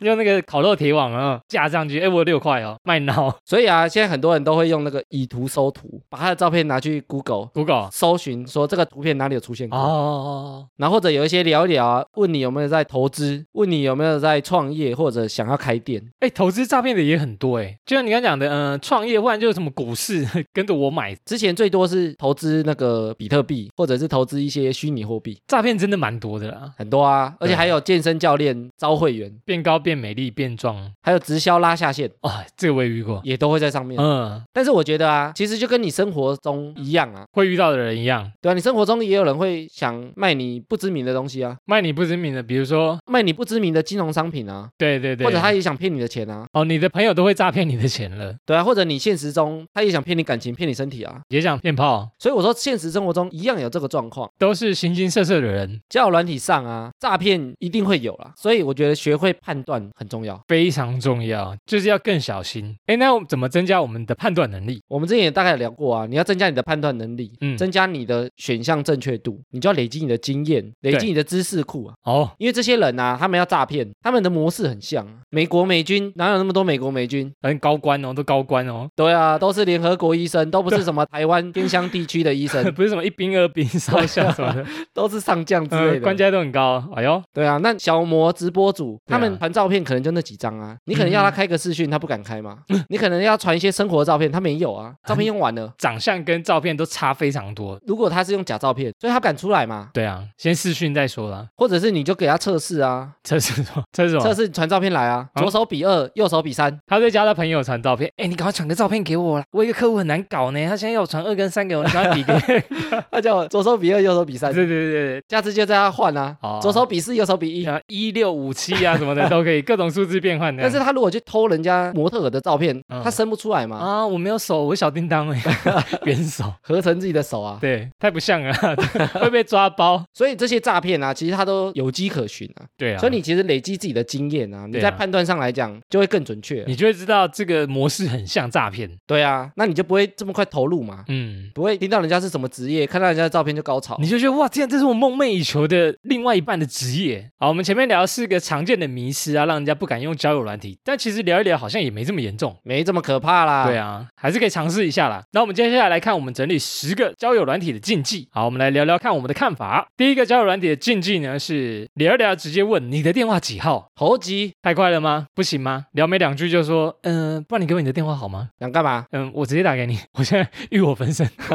Speaker 1: 用那个烤肉铁网啊架上去，哎、我有六块哦，卖脑
Speaker 2: 所以啊，现在很多人都会用那个以图搜图，把他的照片拿去 Google。
Speaker 1: ，Google
Speaker 2: 搜寻说这个图片哪里有出现过，
Speaker 1: 哦，
Speaker 2: 然后或者有一些聊一聊啊，问你有没有在投资，问你有没有在创业或者想要开店，
Speaker 1: 哎、投资诈骗的也很多哎、就像你刚讲的，嗯、创业，不然就是什么股市 跟着我买，
Speaker 2: 之前最多是投资那个比特币，或者是投资一些虚拟货币，
Speaker 1: 诈骗真的蛮多的啦，
Speaker 2: 很多啊，而且
Speaker 1: 对
Speaker 2: 还有健身教练招会员，
Speaker 1: 变高、变美丽、变壮，
Speaker 2: 还有直销拉下线，
Speaker 1: 哦，这个我也遇过，
Speaker 2: 也都会在上面。
Speaker 1: 嗯，
Speaker 2: 但是我觉得啊，其实就跟你生活中一样啊，
Speaker 1: 会遇到的人一样。
Speaker 2: 对啊，你生活中也有人会想卖你不知名的东西啊，
Speaker 1: 卖你不知名的，比如说，
Speaker 2: 卖你不知名的金融商品啊，
Speaker 1: 对对对，
Speaker 2: 或者他也想骗你的钱啊，
Speaker 1: 哦，你的朋友都会诈骗你的钱了，
Speaker 2: 对啊，或者你现实中他也想骗你感情、骗你身体啊。
Speaker 1: 也想骗炮，
Speaker 2: 所以我说，现实生活中一样有这个状况，
Speaker 1: 都是形形色色的人，
Speaker 2: 交友软体上啊，诈骗一定会有啦。所以我觉得学会判断很重要。
Speaker 1: 非常重要，就是要更小心。哎，那我们怎么增加我们的判断能力？
Speaker 2: 我们之前也大概聊过啊，你要增加你的判断能力，
Speaker 1: 嗯
Speaker 2: 增加你的选项正确度，你就要累积你的经验，累积
Speaker 1: 对
Speaker 2: 你的知识库啊。
Speaker 1: 哦，
Speaker 2: 因为这些人啊，他们要诈骗，他们的模式很像啊美国美军，哪有那么多美国美军？
Speaker 1: 很高官哦，都高官哦，
Speaker 2: 对啊，都是联合国医生，都不是什么台湾偏乡地区的医 生，
Speaker 1: 不是什么一兵二兵少校什么 的，
Speaker 2: 都是上将之类
Speaker 1: 嗯，
Speaker 2: 的。
Speaker 1: 官阶都很高。哎呦，
Speaker 2: 对啊，那小模直播主
Speaker 1: 对
Speaker 2: 他
Speaker 1: 啊嗯
Speaker 2: 们传照片可能就那几张啊，你可能要他开个视讯，他不敢开嘛。你可能要传一些生活的照片，他没有啊，照片用完了。
Speaker 1: 长相跟照片都差非常多。
Speaker 2: 如果他是用假照片，所以他不敢出来嘛，
Speaker 1: 对啊，先试训再说啦。
Speaker 2: 或者是你就给他测试啊，
Speaker 1: 这是 什么？这是什
Speaker 2: 测
Speaker 1: 么？
Speaker 2: 试你传照片来啊，
Speaker 1: 啊
Speaker 2: 左手比二，右手比三，
Speaker 1: 他在加他朋友传照片，哎，你赶快传个照片给我啦！我有一个客户很难搞呢，他现在要我传二跟三给我，你赶快比给 我。
Speaker 2: 他叫我左手比二，右手比三
Speaker 1: 对，对对对，
Speaker 2: 下次就叫他换啊
Speaker 1: 哦，
Speaker 2: 左手比四，右手比一。
Speaker 1: 啊，一六五七啊什 么的都可以，各种数字变换的。
Speaker 2: 但是他如果去偷人家模特儿的照片，
Speaker 1: 嗯
Speaker 2: 他生不出来嘛，
Speaker 1: 啊，我没有手，我是小叮当哎， 元首，
Speaker 2: 合成自己的手啊。
Speaker 1: 对，太不像了， 会被抓包。
Speaker 2: 所以这些诈骗啊，其实他都有迹可循啊。
Speaker 1: 对啊，
Speaker 2: 所以你其实累积自己的经验啊，你
Speaker 1: 对
Speaker 2: 在
Speaker 1: 啊
Speaker 2: 判断上来讲就会更准确。
Speaker 1: 你就会知道这个模式很像诈骗。
Speaker 2: 对啊，那你就不会这么快投入嘛，
Speaker 1: 嗯，
Speaker 2: 不会听到人家是什么职业，看到人家的照片就高潮。
Speaker 1: 你就觉得哇，天啊，这是我梦寐以求的另外一半的职业。好，我们前面聊的是个常见的迷失啊，让人家不敢用交友软体，但其实聊一聊好像也没这么严重。
Speaker 2: 没这么可怕啦。
Speaker 1: 对，啊，还是可以尝试一下啦。那我们接下来来看，我们整理十个交友软体的禁忌。好，我们来聊聊看我们的看法。第一个交友软体的禁忌呢是聊一聊直接问你的电话几号，
Speaker 2: 猴急
Speaker 1: 太快了吗？不行吗？聊没两句就说，嗯、不然你给我你的电话好吗？
Speaker 2: 想干嘛？
Speaker 1: 嗯，我直接打给你， 我现在欲火焚身，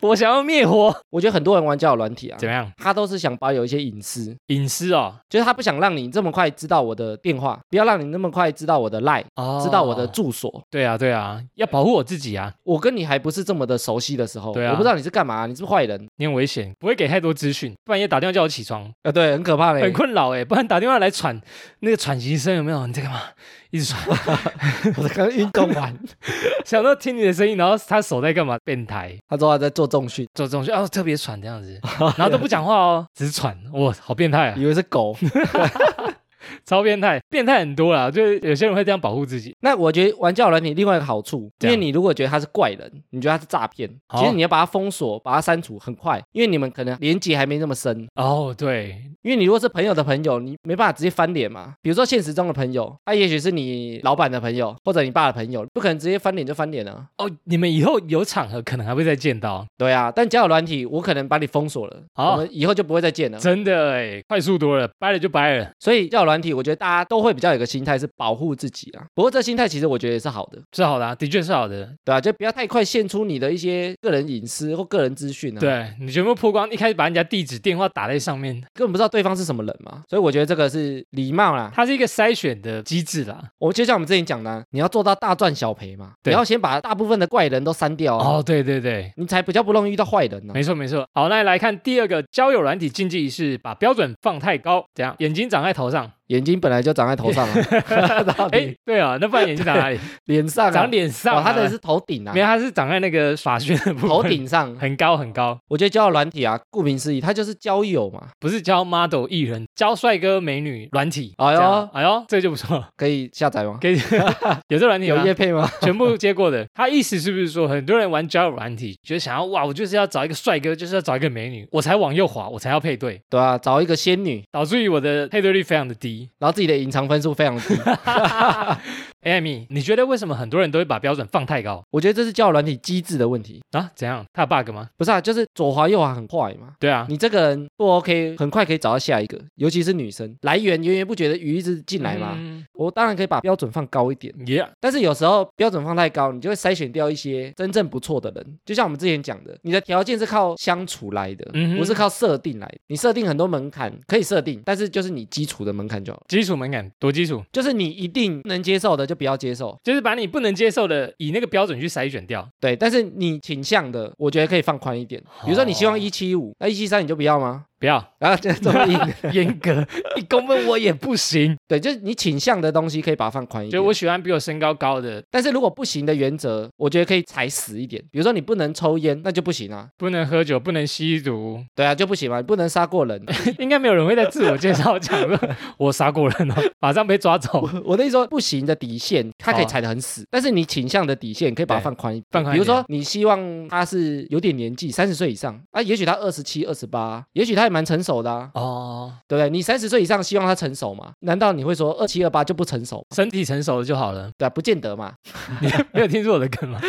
Speaker 1: 我想要灭火，
Speaker 2: 我觉得很多人玩交友软体啊，
Speaker 1: 怎么样？
Speaker 2: 他都是想保有一些隐私，
Speaker 1: 隐私哦，
Speaker 2: 就是他不想让你这么快知道我的电话，不要让你那么快知道我的 line，
Speaker 1: 哦
Speaker 2: 知道我的住所。
Speaker 1: 对啊，对啊，要保护我自己啊，
Speaker 2: 我跟你还不是这么的熟悉的时候，
Speaker 1: 对啊
Speaker 2: 我不知道你是干嘛，你是不是坏人
Speaker 1: 你很危险，不会给太多资讯，半夜打电话叫我起床，
Speaker 2: 啊？对，很可怕嘞
Speaker 1: 很。困扰哎，不然打电话来喘，那个喘息声有没有？你在干嘛？一直喘。
Speaker 2: 我刚运动完，
Speaker 1: 想到听你的声音，然后他手在干嘛？变 态，
Speaker 2: 他说他在做重训，
Speaker 1: 总总就哦特别 喘这样子，然后都不讲话哦，只是喘，哇，好变态啊！
Speaker 2: 以为是狗，
Speaker 1: 超变态，变态很多啦，就是有些人会这样保护自己。
Speaker 2: 那我觉得玩交友软体另外一个好处，
Speaker 1: 这
Speaker 2: 因
Speaker 1: 样
Speaker 2: 为你如果觉得他是怪人，你觉得他是诈骗，
Speaker 1: 好
Speaker 2: 其实你要把他封锁、把他删除很快，因为你们可能连接还没那么深。
Speaker 1: 哦，对，
Speaker 2: 因为你如果是朋友的朋友，你没办法直接翻脸嘛。比如说现实中的朋友，他、也许是你老板的朋友或者你爸的朋友，不可能直接翻脸就翻脸啊。
Speaker 1: 哦，你们以后有场合可能还会再见到，
Speaker 2: 对啊，但交友软体我可能把你封锁了，
Speaker 1: 好
Speaker 2: 我们以后就不会再见了。
Speaker 1: 真的哎，快速多了，掰了就掰了，
Speaker 2: 所以交友软体，我觉得大家都会比较有个心态是保护自己啊。不过这心态其实我觉得也是好的，
Speaker 1: 是好的、啊，的确是好的。
Speaker 2: 对啊，就不要太快献出你的一些个人隐私或个人资讯啊。
Speaker 1: 对你全部曝光，一开始把人家地址、电话打在上面，
Speaker 2: 根本不知道对方是什么人嘛，所以我觉得这个是礼貌啦。
Speaker 1: 它是一个筛选的机制啦。
Speaker 2: 我就像我们之前讲的啊，你要做到大赚小赔嘛，你
Speaker 1: 对
Speaker 2: 要先把大部分的怪人都删掉、啊，
Speaker 1: 哦，对对对，
Speaker 2: 你才比较不容易遇到坏人呢、
Speaker 1: 没错没错。好，那来看第二个交友软体禁忌是把标准放太高，怎样？眼睛长在头上，
Speaker 2: 眼睛本来就长在头 上啊，到
Speaker 1: 哎
Speaker 2: 底，
Speaker 1: 对啊，那不然眼睛长哪 里？
Speaker 2: 脸上、啊、
Speaker 1: 长脸上、
Speaker 2: 哇，
Speaker 1: 啊。
Speaker 2: 他的是头顶啊
Speaker 1: 没，有，它是长在那个发旋的部分，
Speaker 2: 头顶上。
Speaker 1: 很高很高，
Speaker 2: 我觉得交友软体啊，顾名思义，它就是交友嘛，
Speaker 1: 不是教 model 艺人，教帅哥美女软体。
Speaker 2: 哎呦
Speaker 1: 这样哎呦，这就不错，
Speaker 2: 可以下载吗？
Speaker 1: 可以 啊有这软体
Speaker 2: 有
Speaker 1: 吗
Speaker 2: 业？配吗？
Speaker 1: 全部接过的，他意思是不是说很多人玩交友软体，就是想要哇，我就是要找一个帅哥，就是要找一个美女，我才往右滑，我才要配对，
Speaker 2: 对啊，找一个仙女，
Speaker 1: 导致于我的配对率非常的低。
Speaker 2: 然后自己的隐藏分数非常低。
Speaker 1: Amy，你觉得为什么很多人都会把标准放太高
Speaker 2: 我觉得这是交友软体机制的问题，
Speaker 1: 啊？怎样？他有 bug 吗？
Speaker 2: 不是啊，就是左滑右滑很快嘛。
Speaker 1: 对啊，
Speaker 2: 你这个人不 OK，很快可以找到下一个，尤其是女生，来源源源不绝的鱼一直进来嘛。
Speaker 1: 嗯
Speaker 2: 我当然可以把标准放高一点，
Speaker 1: ，Yeah，
Speaker 2: 但是有时候标准放太高，你就会筛选掉一些真正不错的人。就像我们之前讲的，你的条件是靠相处来的，
Speaker 1: 嗯哼
Speaker 2: 不是靠设定来的。你设定很多门槛可以设定，但是就是你基础的门槛就好了，
Speaker 1: 基础门槛多基础，
Speaker 2: 就是你一定能接受的就不要接受，
Speaker 1: 就是把你不能接受的以那个标准去筛选掉。
Speaker 2: 对。但是你倾向的，我觉得可以放宽一点。比如说你希望
Speaker 1: 哦
Speaker 2: 一七五，那一七三你就不要吗？
Speaker 1: 不 要
Speaker 2: 然后就这么硬，
Speaker 1: 严格，一公分我也不 行。
Speaker 2: 对，就是你倾向的东西可以把它放宽一点。
Speaker 1: 就我喜欢比我身高高的，
Speaker 2: 但是如果不行的原则，我觉得可以踩死一点，比如说你不能抽烟，那就不行啊，
Speaker 1: 不能喝酒，不能吸毒，
Speaker 2: 对啊，就不行嘛，你不能杀过人。
Speaker 1: 应该没有人会在自我介绍讲说 我杀过人哦，马上被抓走。
Speaker 2: 我的意思说，不行的底线，它可以
Speaker 1: 哦
Speaker 2: 踩得很死，但是你倾向的底线可以把它
Speaker 1: 对
Speaker 2: 放宽一点。
Speaker 1: 放宽一
Speaker 2: 比如说
Speaker 1: 点
Speaker 2: 你希望他是有点年纪，三十岁以上啊，也许他二十七、二十八，也许他也蛮成熟的啊，
Speaker 1: 哦，
Speaker 2: 对不对？你三十岁以上希望他成熟嘛？难道你会说二七、二八就不成熟？
Speaker 1: 身体成熟了就好了。
Speaker 2: 对啊，不见得嘛。
Speaker 1: 你 没有听说我的梗吗？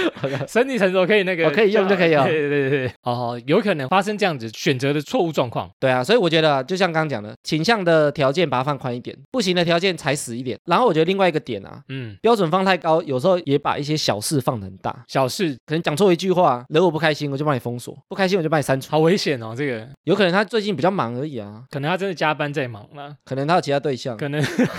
Speaker 1: 身体成熟可以那个、啊
Speaker 2: 哦可以用就可以哦
Speaker 1: 对对对对，哦，有可能发生这样子选择的错误状况。
Speaker 2: 对啊，所以我觉得啊就像刚刚讲的，倾向的条件把它放宽一点，不行的条件踩死一点。然后我觉得另外一个点啊，
Speaker 1: 嗯，
Speaker 2: 标准放太高，有时候也把一些小事放得很大，
Speaker 1: 小事
Speaker 2: 可能讲错一句话，惹我不开心，我就帮你封锁；不开心我就帮你删除。
Speaker 1: 好危险哦，这个
Speaker 2: 有可能他最近比较忙而已啊，
Speaker 1: 可能他真的加班在忙啊，
Speaker 2: 可能他有其他对象，
Speaker 1: 可能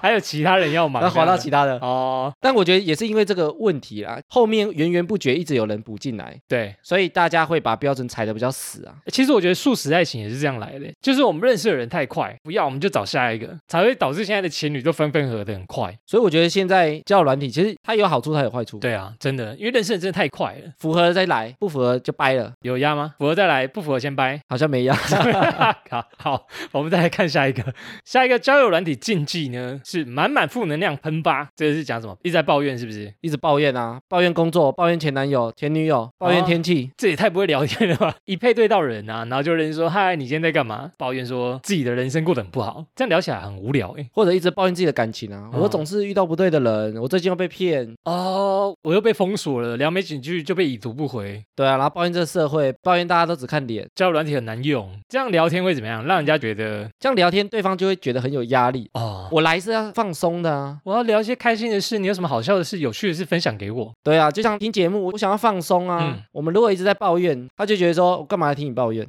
Speaker 1: 还有其他人要忙
Speaker 2: 然后嗯滑到
Speaker 1: 这
Speaker 2: 其
Speaker 1: 样
Speaker 2: 他的
Speaker 1: 子。哦，
Speaker 2: 但我觉得也是因为这个问题啦，后面源源不绝一直有人补进来，
Speaker 1: 对，
Speaker 2: 所以大家会把标准踩得比较死啊。
Speaker 1: 其实我觉得素食爱情也是这样来的，就是我们认识的人太快，不要我们就找下一个，才会导致现在的情侣都分分合合的很快。
Speaker 2: 所以我觉得现在交友软体其实它有好处，它有坏处，
Speaker 1: 对啊，真的，因为认识的真的太快了，
Speaker 2: 符合再来，不符合就掰了，
Speaker 1: 有压吗？符合再来，不符合先掰。
Speaker 2: 好像没一样。
Speaker 1: 好好，我们再来看下一个，下一个交友软体禁忌呢是满满负能量喷发，这个是讲什么？一直在抱怨是不是？
Speaker 2: 一直抱怨啊，抱怨工作，抱怨前男友、前女友，抱怨
Speaker 1: 哦
Speaker 2: 天气，
Speaker 1: 这也太不会聊天了吧！ 一配对到人啊，然后就认识说嗨，你今天在干嘛？抱怨说自己的人生过得很不好，这样聊起来很无聊哎、
Speaker 2: 或者一直抱怨自己的感情啊，
Speaker 1: 嗯
Speaker 2: 我总是遇到不对的人，我最近又被骗，
Speaker 1: 哦，我又被封锁了，聊没几句就被已读不回，
Speaker 2: 对啊，然后抱怨这个社会，抱怨大家都只看脸，
Speaker 1: 交友软体很难用，这样聊天会怎么样？让人家觉得
Speaker 2: 这样聊天对方就会觉得很有压力。
Speaker 1: 哦，
Speaker 2: 我来是要放松的啊，
Speaker 1: 我要聊一些开心的事，你有什么好笑的事、有趣的事分享给我？
Speaker 2: 对啊，就像听节目，我想要放松啊。
Speaker 1: 嗯
Speaker 2: 我们如果一直在抱怨，他就觉得说我哦干嘛听你抱怨？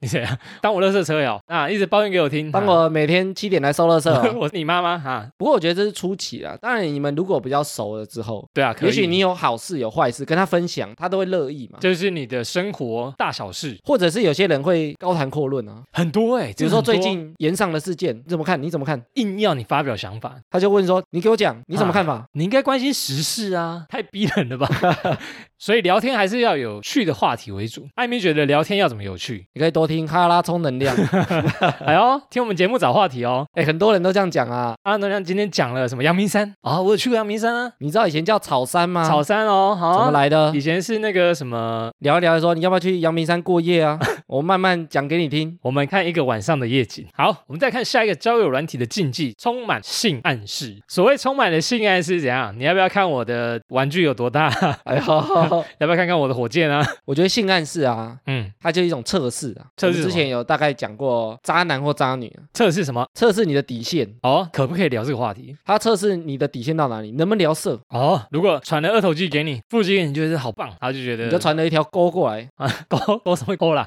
Speaker 1: 你怎样？当我垃圾车友啊，一直抱怨给我听，
Speaker 2: 当
Speaker 1: 啊、
Speaker 2: 我每天七点来收垃圾、啊
Speaker 1: 。我是你妈妈哈、啊，
Speaker 2: 不过我觉得这是初期啦，当然你们们如果比较熟了之后，
Speaker 1: 对啊，可以
Speaker 2: 也许你有好事有坏事，跟他分享，他都会乐意嘛。
Speaker 1: 就是你的生活大小事
Speaker 2: 或者是有些人会高谈阔论啊，
Speaker 1: 很多哎、
Speaker 2: 比
Speaker 1: 比
Speaker 2: 如
Speaker 1: 如
Speaker 2: 说
Speaker 1: 说
Speaker 2: 最
Speaker 1: 最近
Speaker 2: 近延上的事件，你怎么看？你怎么看？
Speaker 1: 硬要你发表想法，
Speaker 2: 他就问说：“你给我讲，你怎么看法？”
Speaker 1: 你应该关心时事啊， 太逼人了吧？所以聊天还是要有趣的话题为主。艾米觉得聊天要怎么有 趣？
Speaker 2: 你可以多听哈拉充能 量。
Speaker 1: 哎呦，听我们节目找话题哦。
Speaker 2: 哎，很多人都这样讲啊。
Speaker 1: 阿能量今天讲了什么阳明山啊、我有去过阳明山啊，
Speaker 2: 你知道以前叫草山吗？
Speaker 1: 草山哦，好、
Speaker 2: 怎么？来的
Speaker 1: 以？前是那个什么，
Speaker 2: 聊一聊说你要不要去阳明山过夜啊？ 我慢慢讲给你听。
Speaker 1: 我们看一个晚上的夜景。好，我们再看下一个交友软体的禁忌，充满性暗示。所谓充满的性暗示是怎样？你要不要看我的玩具有多大？
Speaker 2: 哎呦，
Speaker 1: 要不要看看我的火箭啊？
Speaker 2: 我觉得性暗示啊，
Speaker 1: 嗯，
Speaker 2: 它就是一种测试啊。
Speaker 1: 测试
Speaker 2: 我们之
Speaker 1: 什么
Speaker 2: 前有大概讲过渣男或渣女啊，
Speaker 1: 测试什么？
Speaker 2: 测试你的底线，
Speaker 1: 哦，可不可以聊这个话题？
Speaker 2: 它测试你的底线到哪里，能不能聊色，
Speaker 1: 哦，如果传了二头肌给你，腹肌给你觉得好棒，他就觉得
Speaker 2: 你就传了一条沟过来，
Speaker 1: 勾勾什么勾啦？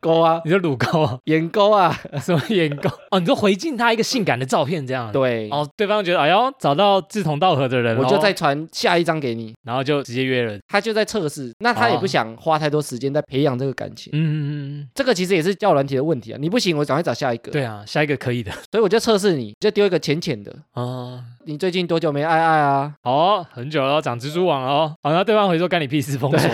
Speaker 2: 沟啊，
Speaker 1: 你就乳沟啊，
Speaker 2: 眼沟啊，
Speaker 1: 什么眼勾？哦，你就回敬他一个性感的照片这样。。
Speaker 2: 对。
Speaker 1: 哦，对方觉得哎呦，找到志同道合的人，
Speaker 2: 我就
Speaker 1: 咯
Speaker 2: 再，传下一张给你，
Speaker 1: 然后就直接约了。嗯
Speaker 2: 他就在测试，那他
Speaker 1: 哦
Speaker 2: 也不想花太多时间在培养这个感情，
Speaker 1: 嗯嗯嗯
Speaker 2: 这个其实也是教软体的问题啊。你不行，我赶快找下一个
Speaker 1: 嗯，。对啊，下一个可以的
Speaker 2: 所以我就测试你，就丢一个浅浅的。
Speaker 1: 哦。
Speaker 2: 你最近多久没爱爱啊？
Speaker 1: 好哦，很久了，长蜘蛛网了哦。好，然后对方回说干你屁事，封锁，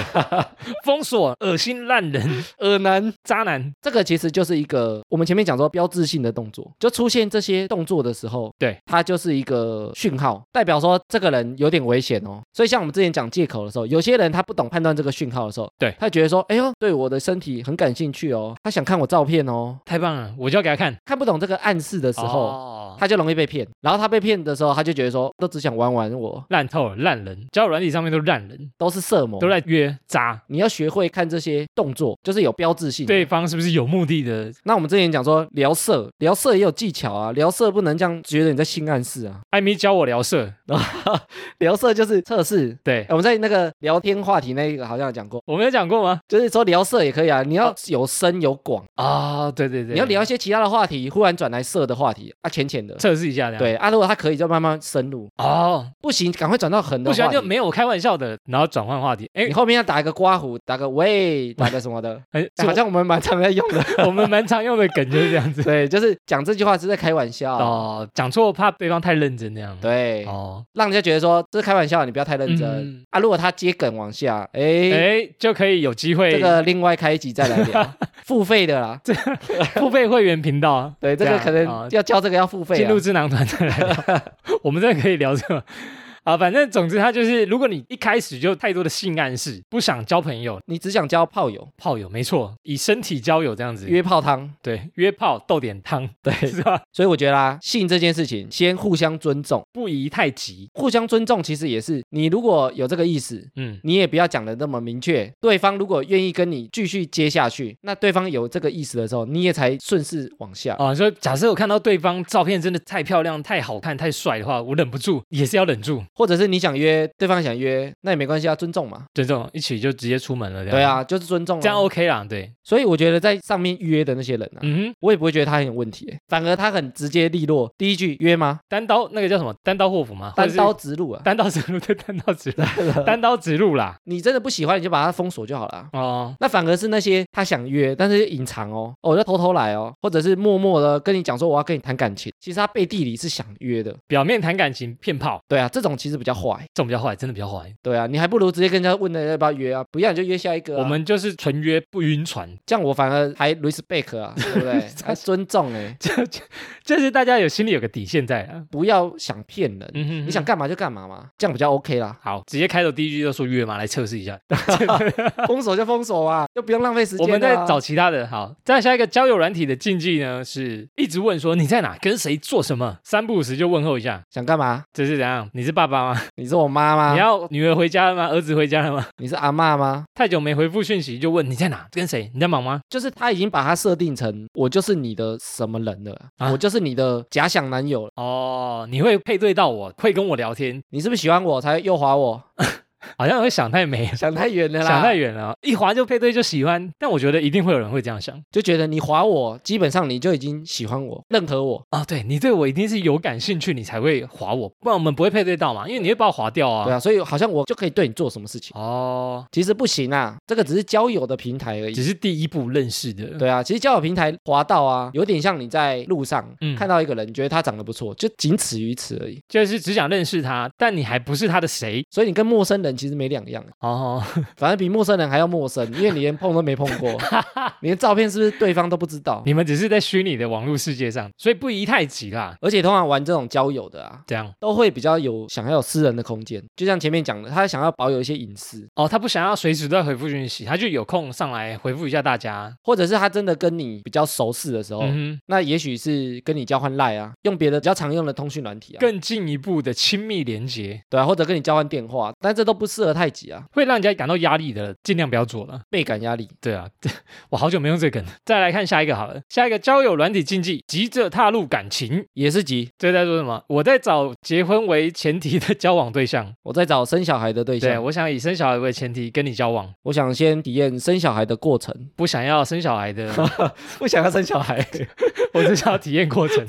Speaker 1: 封锁，恶心烂人，
Speaker 2: 恶男，
Speaker 1: 渣男。
Speaker 2: 这个其实就是一个我们前面讲说标志性的动作，就出现这些动作的时候，
Speaker 1: 对，
Speaker 2: 它就是一个讯号，代表说这个人有点危险哦。所以像我们之前讲借口的时候，有些人他不懂判断这个讯号的时候，
Speaker 1: 对
Speaker 2: 他觉得说，哎呦，对我的身体很感兴趣哦，他想看我照片哦，
Speaker 1: 太棒了，我就要给他看。
Speaker 2: 看不懂这个暗示的时候。
Speaker 1: 哦
Speaker 2: 他就容易被骗，然后他被骗的时候，他就觉得说，都只想玩玩我，
Speaker 1: 烂透了，烂人，交友软体上面都烂人，
Speaker 2: 都是色魔，
Speaker 1: 都在约渣。
Speaker 2: 你要学会看这些动作，就是有标志性。
Speaker 1: 对，方是不是有目的的？
Speaker 2: 那我们之前讲说聊色，聊色也有技巧啊，聊色不能这样觉得你在性暗示啊，
Speaker 1: 艾米教我聊色，
Speaker 2: 聊色就是测试。
Speaker 1: 对
Speaker 2: 哎，我们在那个聊天话题那一个好像有讲过，
Speaker 1: 我没有讲过吗？
Speaker 2: 就是说聊色也可以啊，你要有深有广，
Speaker 1: 啊、对对对，
Speaker 2: 你要聊一些其他的话题，忽然转来色的话题啊，浅浅的，
Speaker 1: 测试一下这样。，
Speaker 2: 对啊，如果他可以就慢慢深入，
Speaker 1: 哦，
Speaker 2: 不行赶快转到横
Speaker 1: 不
Speaker 2: 的话题，
Speaker 1: 喜欢就没有我开玩笑的，然后转换话题。哎
Speaker 2: 你，后面要打一个刮胡，打个 喂，打个什么的，
Speaker 1: 哎，
Speaker 2: 哎好像我们蛮常在用 的。
Speaker 1: 我我们蛮常用的梗就是这 样子。
Speaker 2: 对，就是讲这句话是在开玩笑，
Speaker 1: 哦，讲错怕对方太认真那样。，
Speaker 2: 对，
Speaker 1: 哦，
Speaker 2: 让人家觉得说这是开玩笑，你不要太认真、
Speaker 1: 嗯
Speaker 2: 啊。如果他接梗往下，哎，
Speaker 1: 哎，就可以有机会
Speaker 2: 这 个另外开一集再来聊，付费的啦。
Speaker 1: 付费会员频道 啊
Speaker 2: 对，这
Speaker 1: 这
Speaker 2: 个
Speaker 1: 样
Speaker 2: 可能
Speaker 1: 啊
Speaker 2: 要教这个要付费
Speaker 1: 进
Speaker 2: 啊
Speaker 1: 入。智囊团再来聊， 我们这个可以聊这个。啊，反正总之，他就是，如果你一开始就太多的性暗示，不想交朋友、
Speaker 2: 你只想交炮友，
Speaker 1: 炮友，没错，以身体交友这样子，
Speaker 2: 约炮汤，
Speaker 1: 对约炮斗点汤，
Speaker 2: 对，
Speaker 1: 是吧？
Speaker 2: 所以我觉得啦，性这件事情，先互相尊重，
Speaker 1: 不宜太急，
Speaker 2: 互相尊重其实也是，你如果有这个意思，
Speaker 1: 嗯，
Speaker 2: 你也不要讲的那么明确。对方如果愿意跟你继续接下去，那对方有这个意思的时候，你也才顺势往下。
Speaker 1: 啊，所以假设我看到对方照片真的太漂亮、太好看、太帅的话，我忍不住也是要忍住，
Speaker 2: 或者是你想约，对方想约，那也没关系啊，尊重嘛。
Speaker 1: 就这种一起就直接出门了，这样
Speaker 2: 对，啊，就是尊重、啊。
Speaker 1: 这样 OK 啦，对，
Speaker 2: 所以我觉得在上面约的那些人啊，
Speaker 1: 嗯哼，
Speaker 2: 我也不会觉得他很有问题欸，反而他很直接利落。第一句约吗？
Speaker 1: 单刀那个叫什么？单刀霍夫吗？或者
Speaker 2: 单
Speaker 1: 是
Speaker 2: 刀直入啊！
Speaker 1: 单刀直入，对，单刀直入， 单刀直入啦，
Speaker 2: 你真的不喜欢，你就把他封锁就好了啊。
Speaker 1: 哦。
Speaker 2: 那反而是那些他想约，但是隐藏哦，哦，我就偷偷来哦，或者是默默的跟你讲说我要跟你谈感情，其实他背地里是想约的。
Speaker 1: 表面谈感情骗炮，
Speaker 2: 对啊，这种其实比较坏。
Speaker 1: 这种比较坏，真的比较坏。
Speaker 2: 对啊，你还不如直接跟人家问人家要不要约啊，不要你就约下一个啊、
Speaker 1: 我们就是纯约不晕船，
Speaker 2: 这样我反而还 respect 啊，对不对？还尊重哎、
Speaker 1: 就是大家有心里有个底线在啊。
Speaker 2: 不要想骗人，
Speaker 1: 嗯哼，。
Speaker 2: 你想干嘛就干嘛嘛，这样比较 OK 啦
Speaker 1: 好，直接开头第一句就说约嘛，来测试一下。
Speaker 2: 封锁就封锁啊，就不用浪费时间、
Speaker 1: 我们再找，其他的。好，再下一个交友软体的禁忌呢，是一直问说你在哪，跟谁做什么，三不五时就问候一下，
Speaker 2: 想干嘛？
Speaker 1: 这是怎样？你是爸爸吗？
Speaker 2: 你是我妈吗？
Speaker 1: 你
Speaker 2: 你
Speaker 1: 要女儿回家了吗？儿子回家了吗？
Speaker 2: 是阿嬷吗？
Speaker 1: 太久没回复讯息，就问你在哪，跟谁？你在忙吗？
Speaker 2: 就是他已经把它设定成我就是你的什么人了，
Speaker 1: 啊
Speaker 2: 我就是你的假想男友了，
Speaker 1: 哦，你会配对到我，会跟我聊天，
Speaker 2: 你是不是喜欢我才会右滑我？
Speaker 1: 好像会想太美了。
Speaker 2: 想太远了啦，
Speaker 1: 想太远了，一滑就配对就喜欢，但我觉得一定会有人会这样想
Speaker 2: 就觉得你划我，基本上你就已经喜欢我、认可我。
Speaker 1: 啊、对你对我一定是有感兴趣，你才会滑我，不然我们不会配对到嘛，因为你会把我滑掉啊。
Speaker 2: 对啊，所以好像我就可以对你做什么事情，
Speaker 1: 哦，
Speaker 2: 其实不行啊，这个只是交友的平台而已
Speaker 1: 只。是第一步认识的，
Speaker 2: 对啊，其实交友平台滑到啊，有点像你在路上、
Speaker 1: 嗯
Speaker 2: 看到一个人，觉得他长得不错，就仅此于此而已。
Speaker 1: 就是只想认识他，但你还不是他的谁
Speaker 2: 所以你跟陌生人其实没两样，
Speaker 1: 哦。
Speaker 2: 反而比陌生人还要陌生，因为你连碰都没碰 过，你连照片是不是对方都不知道。
Speaker 1: 你们只是在虚拟的网络世界上，所以不宜太急啦。
Speaker 2: 而且通常玩这种交友的啊，
Speaker 1: 这样
Speaker 2: 都会比较有想要有私人的空间，就像前面讲的，他想要保有一些隐私，
Speaker 1: 哦，他不想要随时都在回复讯息，他就有空上来回复一下大家。
Speaker 2: 或者是他真的跟你比较熟识的时候，
Speaker 1: 嗯哼，
Speaker 2: 那也许是跟你交换赖啊，用别的比较常用的通讯软体啊，
Speaker 1: 更进一步的亲密连接，
Speaker 2: 对啊，或者跟你交换电话，但这都不适合太急啊，
Speaker 1: 会让人家感到压力的，尽量不要做了。
Speaker 2: 倍感压力。
Speaker 1: 对啊， 我好久没用这个梗了。再来看下一个好了，下一个交友软体禁忌，急着踏入感情，
Speaker 2: 也是急，
Speaker 1: 这在说什么？我在找结婚为前提的交往对象，
Speaker 2: 我在找生小孩 的对啊
Speaker 1: 对
Speaker 2: 象，
Speaker 1: 我想以生小孩为前提跟你交往，
Speaker 2: 我想先体验生小孩的过程，
Speaker 1: 不想要生小孩的，
Speaker 2: 不想要生小孩，
Speaker 1: 我只想要体验过 程。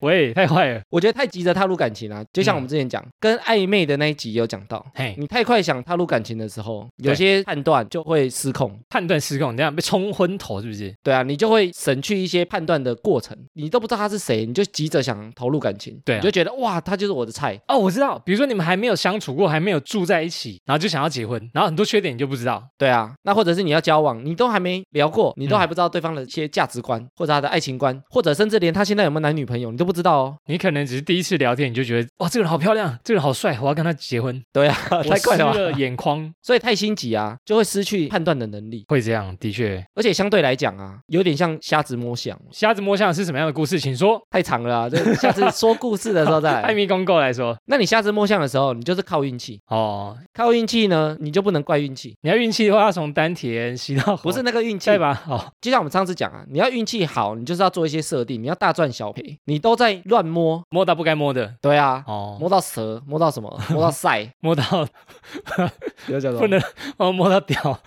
Speaker 1: 喂，太坏了，
Speaker 2: 我觉得太急着踏入感情啊，就像
Speaker 1: 嗯
Speaker 2: 我们之前讲，跟暧昧的那一集有讲到，
Speaker 1: 嘿，
Speaker 2: 你太快想踏入感情的时候，有
Speaker 1: 对
Speaker 2: 些判断就会失控。
Speaker 1: 判断失控，你这样被冲昏头是不是？
Speaker 2: 对啊，你就会省去一些判断的过程，你都不知道他是谁，你就急着想投入感情，
Speaker 1: 对啊
Speaker 2: 你就觉得哇，他就是我的菜，
Speaker 1: 哦，我知道，比如说你们还没有相处过，还没有住在一起，然后就想要结婚，然后很多缺点你就不知道，
Speaker 2: 对啊，那或者是你要交往，你都还没聊过，你都
Speaker 1: 嗯
Speaker 2: 还不知道对方的一些价值观，或者他的爱情观，或者甚至连他现在有没有男女朋友，你都不知道哦。
Speaker 1: 你可能只是第一次聊天，你就觉得哇，这个人好漂亮，这个人好帅，我要跟他结婚，
Speaker 2: 对啊，
Speaker 1: 我
Speaker 2: 太快了
Speaker 1: 湿
Speaker 2: 吧。
Speaker 1: 了眼眶
Speaker 2: 所以太心急啊，就会失去判断的能力，
Speaker 1: 会这样，的确。
Speaker 2: 而且相对来讲啊，有点像瞎子摸象，
Speaker 1: 瞎子摸象是什么样的故事？请说。
Speaker 2: 太长了啊。这下次说故事的时候 再
Speaker 1: 艾
Speaker 2: 来。
Speaker 1: 米公狗来说，
Speaker 2: 那你瞎子摸象的时候，你就是靠运气，
Speaker 1: 哦，
Speaker 2: 靠运气呢，你就不能怪运气，
Speaker 1: 你要运气的话，要从丹田吸到喉
Speaker 2: 不是那个运气
Speaker 1: 对，吧？哦，
Speaker 2: 就像我们上次讲啊，你要运气好，你就是要做一些设定，你要大赚小赔，你都在乱摸，
Speaker 1: 摸到不该摸的，
Speaker 2: 对啊，
Speaker 1: 哦，
Speaker 2: 摸到蛇，摸到
Speaker 1: ，
Speaker 2: 什么，摸到塞
Speaker 1: 摸到
Speaker 2: 有讲
Speaker 1: 不能哦，摸到 屌，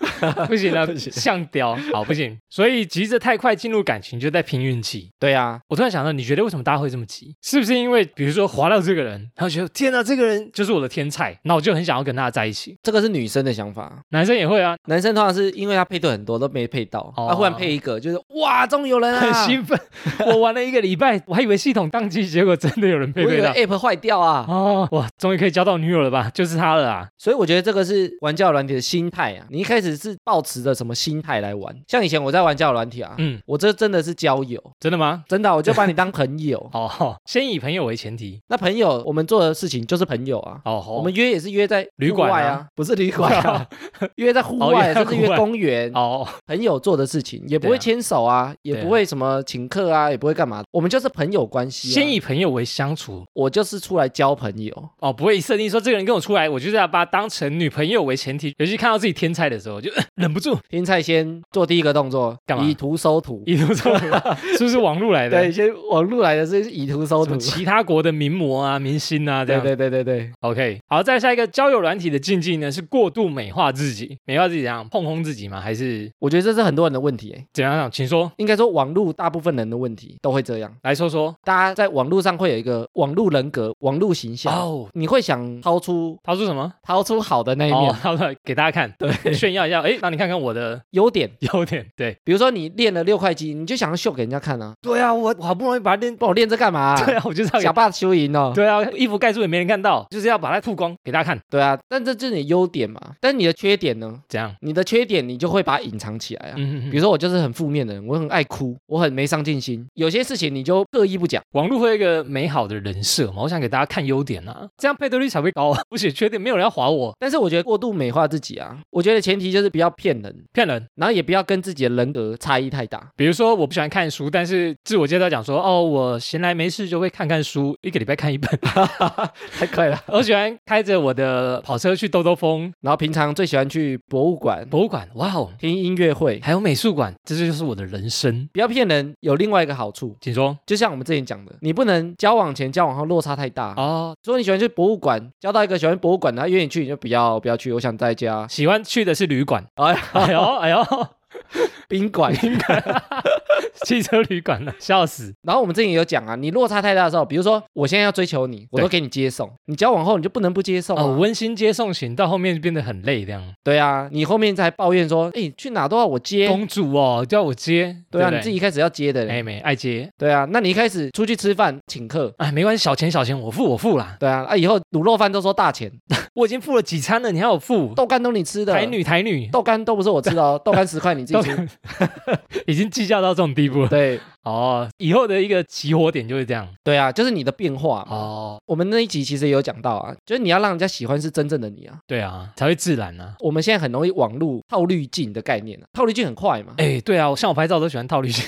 Speaker 1: 不行了，像屌，好不行。所以急着太快进入感情，就在拼运气。
Speaker 2: 对啊，
Speaker 1: 我突然想到，你觉得为什么大家会这么急？是不是因为比如说滑到这个人，然后觉得天啊哪，这个人就是我的天菜，那我就很想要跟他在一起。
Speaker 2: 这个是女生的想法，
Speaker 1: 男生也会啊，
Speaker 2: 男生通常是因为他配对很多都没配到，
Speaker 1: 哦
Speaker 2: 他、忽然配一个，就是哇，终于有人啊，
Speaker 1: 很兴奋。我玩了一个礼拜，我还以为系统宕机，结果真的有人
Speaker 2: 我
Speaker 1: 配
Speaker 2: 以
Speaker 1: 对
Speaker 2: 为
Speaker 1: 到。
Speaker 2: app 坏掉啊，
Speaker 1: 哦，哇，终于可以交到女友了吧？就是他了啊！
Speaker 2: 所以我觉得这个是玩交友软体的心态啊。你一开始是抱持着什么心态来玩？像以前我在玩交友软体啊，
Speaker 1: 嗯，
Speaker 2: 我这真的是交友，
Speaker 1: 真的吗？。
Speaker 2: 真的啊、我就把你当朋友
Speaker 1: 哦，先以朋友为前提。
Speaker 2: 那朋友，我们做的事情就是朋友啊。
Speaker 1: 哦，
Speaker 2: 我
Speaker 1: 我
Speaker 2: 们约也是约在
Speaker 1: 旅
Speaker 2: 户
Speaker 1: 馆
Speaker 2: 外
Speaker 1: 啊
Speaker 2: 啊，不是旅馆啊， 约在户外，
Speaker 1: 哦约在
Speaker 2: 甚
Speaker 1: 户
Speaker 2: 至约
Speaker 1: 外
Speaker 2: 公园，
Speaker 1: 哦，
Speaker 2: 朋友做的事情，也不
Speaker 1: 对啊
Speaker 2: 会牵手啊，也
Speaker 1: 对
Speaker 2: 不
Speaker 1: 啊
Speaker 2: 会什么请客啊，也不会干嘛，我们就是朋友关系啊。
Speaker 1: 先以朋友为相处。
Speaker 2: 我就是出来交朋友，
Speaker 1: 哦，不会设定说这个人跟我出来，我就是要把他当成女朋友为前提。尤其看到自己天菜的时候，就呃忍不 住
Speaker 2: 天菜先做第一个动作，
Speaker 1: 干嘛
Speaker 2: 以图搜图。
Speaker 1: 一路走， 是不是网路来的？
Speaker 2: 对，，先网路来的是以图搜
Speaker 1: 什
Speaker 2: 图
Speaker 1: 么。其他国的名模啊、明星啊这
Speaker 2: 对
Speaker 1: 样。
Speaker 2: 对对对对，
Speaker 1: OK，好，再下一个交友软体的禁忌呢，是过度美化自己，美化自己怎样？碰轰自己吗？还是
Speaker 2: 我觉得这是很多人的问题诶，
Speaker 1: 怎样样？请说，
Speaker 2: 应该说网路大部分人的问题都会这样。
Speaker 1: 来说说。
Speaker 2: 大家在网络上会有一个网路人格、网路形象，
Speaker 1: 哦，
Speaker 2: 你会想掏出
Speaker 1: 他说什么？
Speaker 2: 掏出好的那一
Speaker 1: 哦
Speaker 2: 面，
Speaker 1: 他说给大家看，对，炫耀一下，哎，让你看看我的
Speaker 2: 优点，
Speaker 1: 优点。对，
Speaker 2: 比如说你练了六块肌，你就想要秀给人家看啊，
Speaker 1: 对啊，我我好不容易把它练，
Speaker 2: 帮我练这干嘛、
Speaker 1: 对啊，我就是要给
Speaker 2: 假扮修银哦，
Speaker 1: 对啊，衣服盖住也没人看到，就是要把它曝光给大家看，
Speaker 2: 对啊，但这就是你的优点嘛。但你的缺点呢？
Speaker 1: 怎样？
Speaker 2: 你的缺点你就会把它隐藏起来啊。
Speaker 1: 嗯，
Speaker 2: 比
Speaker 1: 比如
Speaker 2: 如说我就是很负面的人，我很爱哭，我很没上进心，有些事情你就刻意不讲。
Speaker 1: 网络会有一个美好的人设嘛，我想给大家看优点 啊，这样配对率才会高啊。不写缺点，没有人要划我。
Speaker 2: 但是我觉得过度美化自己啊，我觉得前提就是不要骗人，
Speaker 1: 骗人。
Speaker 2: 然后也不要跟自己的人格差异太大。
Speaker 1: 比如说，我不喜欢看书，但是自我介绍讲说，哦，我闲来没事就会看看书，一个礼拜看一本。
Speaker 2: 太快了。
Speaker 1: 我喜欢开着我的跑车去兜兜风，
Speaker 2: 然后平常最喜欢去博物馆
Speaker 1: 博物馆，哇哦，
Speaker 2: 听音乐会，
Speaker 1: 还有美术馆，这就是我的人生。
Speaker 2: 不要骗人。有另外一个好处，
Speaker 1: 请说。
Speaker 2: 就像我们之前讲的，你不能交往前交往后落差太大。
Speaker 1: 哦，
Speaker 2: 说你喜欢去博物馆，交到一个喜欢博物馆，然后约你去，你就不要不要去，我想在家。
Speaker 1: 喜欢去的是旅馆。
Speaker 2: 哎，
Speaker 1: 哎呦哎呦，
Speaker 2: 宾馆。
Speaker 1: 汽车旅馆了，笑死。
Speaker 2: 然后我们之前也有讲啊，你落差太大的时候，比如说我现在要追求你，我都
Speaker 1: 对
Speaker 2: 给你接送，你交往后你就不能不接送啊。
Speaker 1: 哦，温馨接送型到后面变得很累，这样。
Speaker 2: 对啊，你后面才抱怨说，哎，去哪都要我接。
Speaker 1: 公主哦，叫我接。
Speaker 2: 对啊，
Speaker 1: 不
Speaker 2: 你自己一开始要接的嘞。
Speaker 1: 哎没爱接，
Speaker 2: 对啊，那你一开始出去吃饭请客，
Speaker 1: 哎没关系，小钱小钱我付我付啦，
Speaker 2: 对啊，啊以后卤肉饭都说大钱，
Speaker 1: 我已经付了几餐了，你还要我付？
Speaker 2: 豆干都你吃的，
Speaker 1: 台女台女
Speaker 2: 豆干都不是我吃的哦，豆干十块你自己出。
Speaker 1: 已经计较到这种地步了。
Speaker 2: 对
Speaker 1: 哦，以后的一个起火点就是这样。
Speaker 2: 对啊，就是你的变化嘛。
Speaker 1: 哦，
Speaker 2: 我们那一集其实也有讲到啊，就是你要让人家喜欢是真正的你啊。
Speaker 1: 对啊，才会自然啊。
Speaker 2: 我们现在很容易网路套滤镜的概念啊，套滤镜很快嘛。
Speaker 1: 哎，对啊，像我拍照都喜欢套滤 镜，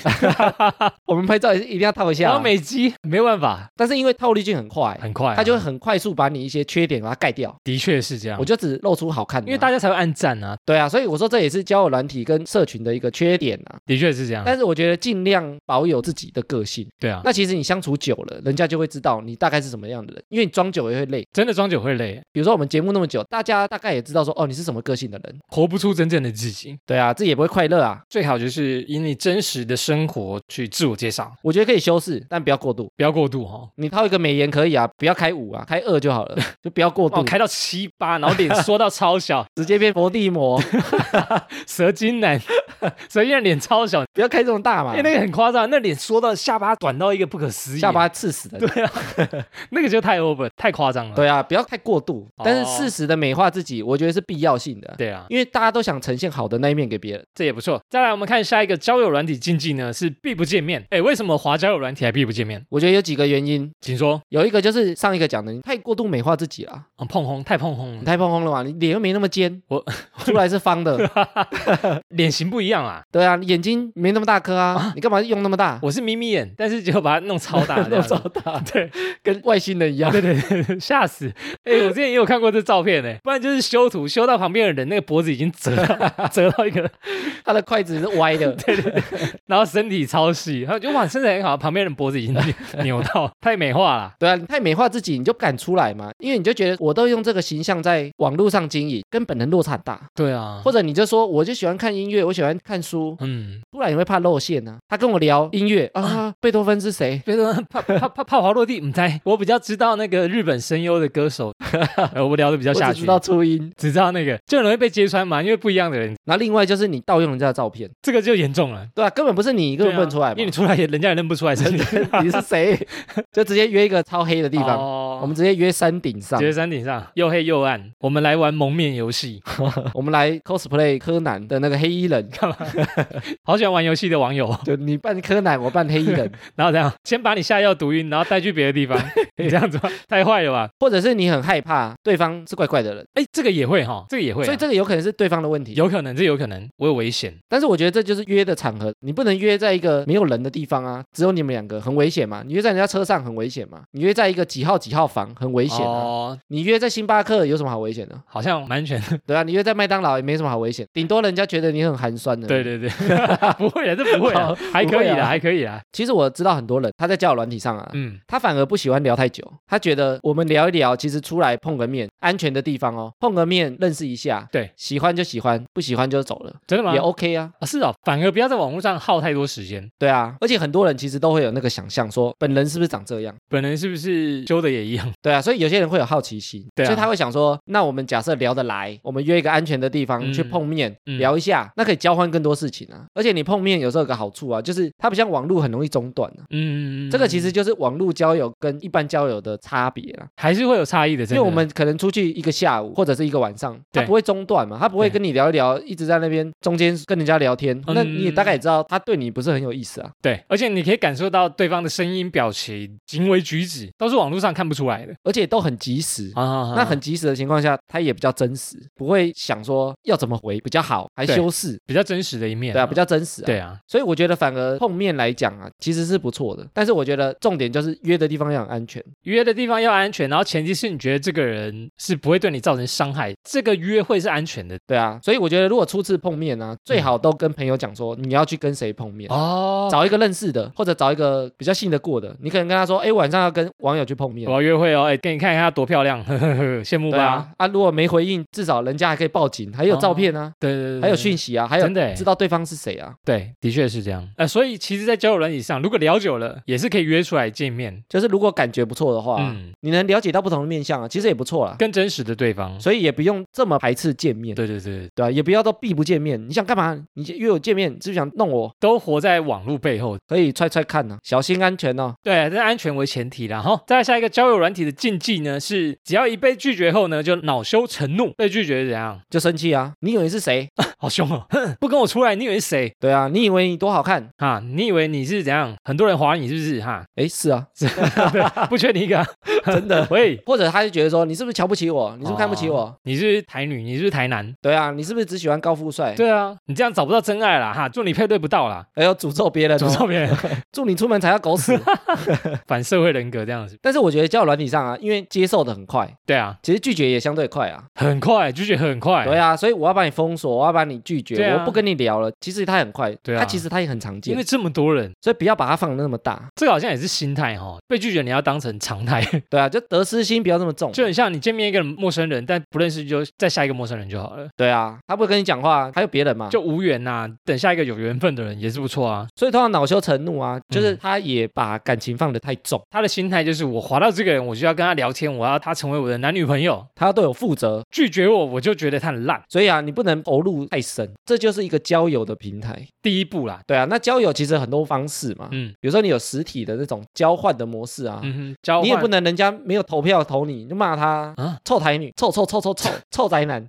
Speaker 2: 我们拍照也是一定要套
Speaker 1: 然
Speaker 2: 一下
Speaker 1: 后
Speaker 2: 啊，
Speaker 1: 美肌没办法，
Speaker 2: 但是因为套滤镜很快，
Speaker 1: 很快啊、
Speaker 2: 它就会很快速把你一些缺点把它盖掉，
Speaker 1: 的确是这样
Speaker 2: 我。就只露出好看的啊。
Speaker 1: 因为大家才会按赞啊，
Speaker 2: 对啊，所以我说这也是交友软体跟社群的一个缺点啊。
Speaker 1: 的确是这样。
Speaker 2: 但是我觉得尽量保有自己的个性。
Speaker 1: 对啊，
Speaker 2: 那其实你相处久了，人家就会知道你大概是什么样的人，因为你装久也会累。
Speaker 1: 真的装久会累，
Speaker 2: 比如说我们节目那么久，大家大概也知道说，哦，你是什么个性的人。
Speaker 1: 活不出真正的自己。
Speaker 2: 对啊，自己也不会快乐啊。
Speaker 1: 最好就是以你真实的生活去自我介绍，
Speaker 2: 我觉得可以修饰，但不要过度。
Speaker 1: 不要过度哦。
Speaker 2: 你套一个美颜可以啊，不要开五啊，开二就 好了，就不要过
Speaker 1: 哦，
Speaker 2: 度，
Speaker 1: 开到七八，然后脸缩到超小，
Speaker 2: 直接变佛地魔，
Speaker 1: 蛇精男， 蛇精男脸超小，
Speaker 2: 不要开这种大嘛
Speaker 1: 哎、，那个很夸张，那脸缩到下巴短到一个不可思议，
Speaker 2: 下巴刺死的。
Speaker 1: 对啊，那个就太 over，太夸张了。
Speaker 2: 对啊，不要太过度，
Speaker 1: 哦
Speaker 2: 但是适时的美化自己，我觉得是必要性的，
Speaker 1: 对啊，
Speaker 2: 因为大家都想呈现好的那一面给别人。
Speaker 1: 这也不错。再来，我们看下一个交友软体禁忌呢，是必不见面。哎，为什么滑交友软体还必不见面？
Speaker 2: 我觉得有几个原因，
Speaker 1: 请说。
Speaker 2: 有一个就是上一个讲的，你太过度美化自己了，
Speaker 1: 哦、碰红太碰红
Speaker 2: 你
Speaker 1: 了，
Speaker 2: 太碰红了嘛，你脸又没那么尖，
Speaker 1: 我
Speaker 2: 出来是方 的，
Speaker 1: 脸型不一样啊。
Speaker 2: 对啊，眼睛没那么大颗啊，你干嘛用那么大？
Speaker 1: 我是眯眯眼，但是结果把它弄超大这
Speaker 2: 那
Speaker 1: 样 子，
Speaker 2: 么大，
Speaker 1: 对
Speaker 2: 跟外星人一样。
Speaker 1: 对对对，对吓死！哎，我之前也有看过这照片呢，不然就是修图修到旁边的人那个脖子已经折到 折到一个，
Speaker 2: 他的筷子是歪 的，
Speaker 1: 然后身体超细，然后就哇身材很好，旁边人脖子已经扭扭到，太美化了。
Speaker 2: 对啊，你太美化自己，你就不敢出来嘛，因为你就觉得我都用这个形象在网络上经营，跟本人落差很大。
Speaker 1: 对啊
Speaker 2: 或，者你就说，我就喜欢看音乐，我喜欢看书，
Speaker 1: 嗯，
Speaker 2: 出来你会怕露馅呢、他跟我聊音乐啊，贝多芬是谁？
Speaker 1: 别说怕怕怕怕滑落地，唔猜。我比较知道那个日本声优的歌手， 呃我聊的比较
Speaker 2: 我
Speaker 1: 下
Speaker 2: 只
Speaker 1: 去，
Speaker 2: 知道初音。
Speaker 1: 只知道那个就很容易被揭穿嘛，因为不一样的人，
Speaker 2: 然后另外就是你盗用人家的照片，
Speaker 1: 这个就严重了。
Speaker 2: 对啊，根本不是你，根本不能出来嘛，
Speaker 1: 因为你出来也人家也认不出来是你
Speaker 2: 啊你是谁，就直接约一个超黑 的地方，
Speaker 1: 哦
Speaker 2: 我们直接约山顶上
Speaker 1: 直，接山顶上又黑又暗，我们来玩蒙面游戏。
Speaker 2: 我们来 cosplay 柯南的那个黑衣人，
Speaker 1: 好喜欢玩游戏的网友，
Speaker 2: 就你扮柯南，我扮黑衣 人，
Speaker 1: 然后这样先把你下药毒晕，然后带去别的地方， 你这样子吗太坏了吧？
Speaker 2: 或者是你很害怕对方是怪怪的人，
Speaker 1: 哎，这个也会哈，这个也会啊、
Speaker 2: 所以这个有可能是对方的问题。
Speaker 1: 有可能，这有可能，我有危险。
Speaker 2: 但是我觉得这就是约的场合，你不能约在一个没有人的地方啊，只有你们两个很危险嘛。你约在人家车上很危险嘛，你约在一个几号几号房很危险啊。
Speaker 1: 哦，
Speaker 2: 你约在星巴克有什么好危险的？
Speaker 1: 好像蛮全
Speaker 2: 对啊，你约在麦当劳也没什么好危险，顶多人家觉得你很寒酸的。
Speaker 1: 对，对对， 不会的，这不会
Speaker 2: 好
Speaker 1: 的，还可以
Speaker 2: 不会
Speaker 1: 啦，
Speaker 2: 啊
Speaker 1: 还可以啦。
Speaker 2: 其实我知道很多人他在交友软体上啊。
Speaker 1: 嗯，
Speaker 2: 他反而不喜欢聊太久，他觉得我们聊一聊，其实出来碰个面，安全的地方哦，碰个面认识一下，
Speaker 1: 对，
Speaker 2: 喜欢就喜欢，不喜欢就走了，
Speaker 1: 真的吗？
Speaker 2: 也 OK 啊。
Speaker 1: 啊是哦，反而不要在网络上耗太多时间。
Speaker 2: 对啊，而且很多人其实都会有那个想象，说本人是不是长这样？
Speaker 1: 本人是不是修的也一样？
Speaker 2: 对啊，所以有些人会有好奇心，
Speaker 1: 对啊
Speaker 2: 所以他会想说，那我们假设聊得来，我们约一个安全的地方
Speaker 1: 嗯
Speaker 2: 去碰面、
Speaker 1: 嗯
Speaker 2: 聊一下，那可以交换更多事情啊。而且你碰面有时候有个好处啊，就是它比较像网络很容易中断啊。
Speaker 1: 嗯，
Speaker 2: 这个其实
Speaker 1: 就
Speaker 2: 就是网络交友跟一般交友的差别啦，
Speaker 1: 还是会有差异的，
Speaker 2: 因
Speaker 1: 真的
Speaker 2: 为我们可能出去一个下午或者是一个晚上，它
Speaker 1: 对
Speaker 2: 不会中断嘛，它不会
Speaker 1: 对
Speaker 2: 跟你聊一聊，一直在那边中间跟人家聊天，
Speaker 1: 嗯
Speaker 2: 那你也大概也知道他对你不是很有意思啊。
Speaker 1: 对，而且你可以感受到对方的声音、表情、行为举止，都是网络上看不出来的
Speaker 2: 而且都很及时。
Speaker 1: 啊
Speaker 2: 那很及时的情况下，他也比较真实，不会想说要怎么回比较好，还
Speaker 1: 对
Speaker 2: 修饰，
Speaker 1: 比较真实的一面，
Speaker 2: 对啊，比较真实啊。
Speaker 1: 对啊，
Speaker 2: 所以我觉得反而碰面来讲啊，其实是不错的。但是我觉得重点就是约的地方要很安全。
Speaker 1: 约的地方要安全，然后前提是你觉得这个人是不会对你造成伤害，这个约会是安全的
Speaker 2: 对啊，所以我觉得如果初次碰面啊，最好都跟朋友讲说你要去跟谁碰面。
Speaker 1: 嗯哦。
Speaker 2: 找一个认识的，或者找一个比较信得过的，你可能跟他说，哎，晚上要跟网友去碰面
Speaker 1: 我，要约会哦，哎，给你看一下她多漂亮， 呵呵呵，羡慕
Speaker 2: 对
Speaker 1: 吧？
Speaker 2: 啊，啊，如果没回应，至少人家还可以报警，还有照片啊，
Speaker 1: 对对对，
Speaker 2: 还有讯
Speaker 1: 讯，
Speaker 2: 息啊，还有
Speaker 1: 真的欸
Speaker 2: 知道对方是谁啊，
Speaker 1: 对，的确是这样。呃，所以其实，在交友软体上，如果聊久了，也是可以约出来见面，
Speaker 2: 就是如果感觉不错的话，
Speaker 1: 嗯，
Speaker 2: 你能了解到不同的面相啊，其实也不错啦。
Speaker 1: 更真实的对方。
Speaker 2: 所以也不用这么排斥见面，
Speaker 1: 对对对，
Speaker 2: 对啊，也不要都避不见面。你想干嘛？你约我见面，是不是想弄我？
Speaker 1: 都活在网络背后，
Speaker 2: 可以踹踹看呢、小心安全哦。
Speaker 1: 对，这安全为前提啦。哈，再来下一个交友软体的禁忌呢，是只要一被拒绝后呢，就恼羞成怒。被拒绝是怎样？
Speaker 2: 就生气啊！你以为你是谁？
Speaker 1: 好凶哦！哼 不跟我出来，你以为是谁
Speaker 2: 对啊，你以为你多好看？
Speaker 1: 哈，你以为你是怎样？很多人划你是不是？哈，
Speaker 2: 哎，是啊，
Speaker 1: 不缺你一个、啊，
Speaker 2: 真的。
Speaker 1: 喂，
Speaker 2: 或者他就觉得说，你是不是瞧不起我？你是不是看不起我？
Speaker 1: 你是台女，你是台男？
Speaker 2: 对啊，你是不是只喜欢高富帅？
Speaker 1: 对啊，你这样找不到真爱啦，哈，祝你配对不到啦，
Speaker 2: 还要诅咒别人、
Speaker 1: 诅
Speaker 2: 哦，
Speaker 1: 咒别人，
Speaker 2: 祝你出门才要 狗屎。
Speaker 1: 反社会人格这样子。
Speaker 2: 但是我觉得交友软体上啊，因为接受的很快，
Speaker 1: 对啊，
Speaker 2: 其实拒绝也相对快啊。
Speaker 1: 很快拒绝很快。
Speaker 2: 对啊，所以我要把你封锁，我要把你拒
Speaker 1: 对
Speaker 2: 绝，
Speaker 1: 啊
Speaker 2: 我不跟你聊了。其实他很快，
Speaker 1: 对啊
Speaker 2: 他其实他也很常
Speaker 1: 因
Speaker 2: 见
Speaker 1: 为，这么多人，
Speaker 2: 所以不要把它放得那么大。
Speaker 1: 这个好像也是心态哈、哦。被拒绝你要当成常态，
Speaker 2: 对啊，就得失心不要那么重。
Speaker 1: 就很像你见面一个陌生人，但不认识就再下一个陌生人就好了，
Speaker 2: 对啊，他不会跟你讲话，还有别人嘛，
Speaker 1: 就无缘呐、等下一个有缘分的人也是不错啊。
Speaker 2: 所以通常恼羞成怒啊，
Speaker 1: 嗯
Speaker 2: 就是他也把感情放得太重，
Speaker 1: 他的心态就是我划到这个人，我就要跟他聊天，我要他成为我的男女朋友。
Speaker 2: 他要对我负责。
Speaker 1: 拒绝我，我就觉得他很烂。
Speaker 2: 所以啊，你不能投入太深，这就是一个交友的平台。
Speaker 1: 第一步啦，
Speaker 2: 对啊，那交友其实很多方式嘛，
Speaker 1: 嗯
Speaker 2: 比如说你有实体的那种交换的模式啊，
Speaker 1: 嗯哼，交换
Speaker 2: 你也不能人家没有投票投你，你就骂他、
Speaker 1: 啊
Speaker 2: 臭台女、臭臭臭 臭臭臭宅男，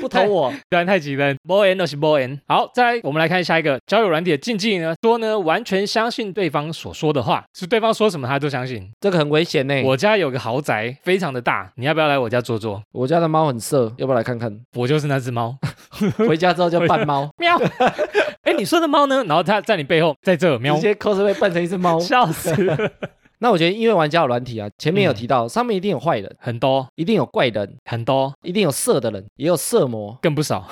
Speaker 2: 不投我。
Speaker 1: 不然太极端，boy and 都是 boy and。好，再来我们来看下一个交友软体的禁忌呢，说呢完全相信对方所说的话，是对方说什么他都相信。
Speaker 2: 这个很危险呢、我
Speaker 1: 我家有个豪宅，非常的大，你要不要来我家坐坐？
Speaker 2: 我家的猫很色，要不要来 看看？
Speaker 1: 我就是那只猫，
Speaker 2: 回家之后就扮猫，
Speaker 1: 喵。哎，你说的猫呢？然后它在你背后，在这喵。
Speaker 2: 直，接 cosplay 扮成一只猫
Speaker 1: 笑死了，
Speaker 2: 那我觉得，因为玩家有软体啊，前面有
Speaker 1: 嗯
Speaker 2: 提到，上面一定有坏人，
Speaker 1: 很多
Speaker 2: 一定有怪人，
Speaker 1: 很多，
Speaker 2: 一定有色的人，也有色魔。
Speaker 1: 更不 少，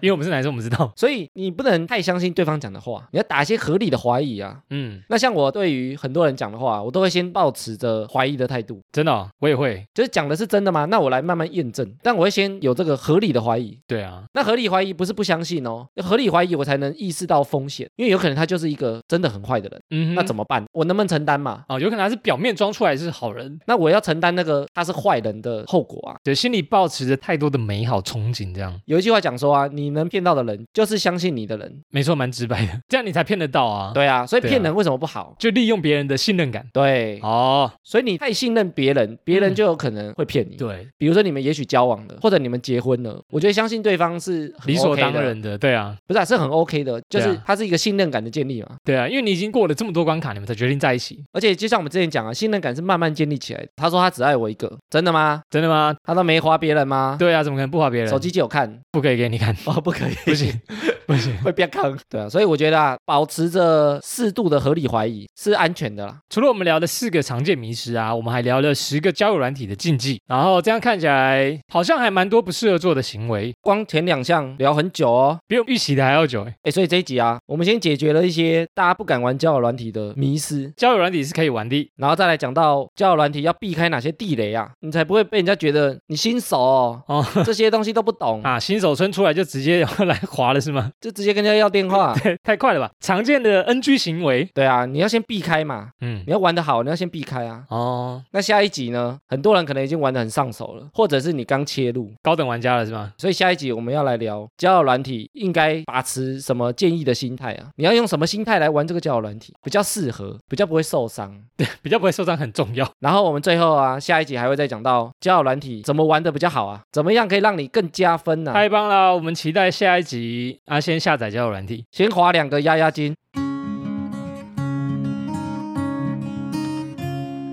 Speaker 1: 因为我们是男生，我们知道。
Speaker 2: 所以你不能太相信对方讲的话，你要打一些合理的怀疑啊。
Speaker 1: 嗯，
Speaker 2: 那像我对于很多人讲的话，我都会先抱持着怀疑的态度，
Speaker 1: 真的哦、我也会。
Speaker 2: 就是讲的是真的吗？那我来慢慢验证，但我会先有这个合理的怀疑。
Speaker 1: 对啊，
Speaker 2: 那合理怀疑不是不相信哦，合理怀疑我才能意识到风险，因为有可能他就是一个真的很坏的人，
Speaker 1: 嗯哼，
Speaker 2: 那怎么办？我能不能承担嘛？
Speaker 1: 哦，有可能他是表面装出来是好人，
Speaker 2: 那我要承担那个他是坏人的后果啊。
Speaker 1: 对，心里抱持着太多的美好憧憬，这样
Speaker 2: 有一句话讲说啊，你能骗到的人就是相信你的人，
Speaker 1: 没错，蛮直白的，这样你才骗得到啊。，
Speaker 2: 对啊，所以
Speaker 1: 对啊
Speaker 2: 骗人为什么不好？
Speaker 1: 就利用别人的信任感。
Speaker 2: 对，
Speaker 1: 哦，
Speaker 2: 所以你太信任别人，别人
Speaker 1: 嗯
Speaker 2: 就有可能会骗你。
Speaker 1: 对，
Speaker 2: 比如说你们也许交往了，或者你们结婚了，我觉得相信对方是很
Speaker 1: 理所
Speaker 2: OK 的
Speaker 1: 当，然的，对啊，
Speaker 2: 不是、啊、是很 OK 的，就是
Speaker 1: 对啊
Speaker 2: 它是一个信任感的建立嘛。
Speaker 1: 对啊，因为你已经过了这么多关卡，你们才决定在一起，
Speaker 2: 而且就像我们之前讲啊，信任感是慢慢建立起来的。他说他只爱我一个，真的吗？
Speaker 1: 真的吗？
Speaker 2: 他都没花别人吗？
Speaker 1: 对啊，怎么可能不划别人？
Speaker 2: 手机借我看
Speaker 1: 不可以给你看，
Speaker 2: 哦，不可以，
Speaker 1: 不行，不行。
Speaker 2: 会变坑。对啊，所以我觉得啊，保持着适度的合理怀疑是安全的啦。
Speaker 1: 除了我们聊的四个常见迷失啊，我们还聊了十个交友软体的禁忌，然后这样看起来好像还蛮多不适合做的行为，
Speaker 2: 光前两项聊很久哦。
Speaker 1: 比我们预期的还要久欸。
Speaker 2: 哎，所以这一集啊，我们先解决了一些大家不敢玩交友软体的迷思，
Speaker 1: 交友软体是可以玩的，
Speaker 2: 然后再来讲到交友软体要避开哪些地雷啊，你才不会被人家觉得你新手哦，
Speaker 1: 哦啊
Speaker 2: 这些东西都不懂。
Speaker 1: 啊，新手村出来就直接要来滑了是吗？
Speaker 2: 就直接跟人家要电话。
Speaker 1: 太快了吧？常见的 NG 行为，
Speaker 2: 对啊，你要先避开嘛，
Speaker 1: 嗯，
Speaker 2: 你要玩得好，你要先避开啊。
Speaker 1: 哦，
Speaker 2: 那下一集呢，很多人可能已经玩得很上手了，或者是你刚切入，
Speaker 1: 高等玩家了是吗？
Speaker 2: 所以下一集我们要来聊交友软体应该把持什么建议的心态啊？你要用什么心态来玩这个交友软体，比较适合，比较不会受伤。
Speaker 1: 比较不会受伤很重要。
Speaker 2: 然后我们最后啊，下一集还会再讲到交友软体怎么玩的比较好啊，怎么样可以让你更加分呢、啊？
Speaker 1: 太棒了，我们期待下一集啊！先下载交友软体，
Speaker 2: 先划两个压压惊。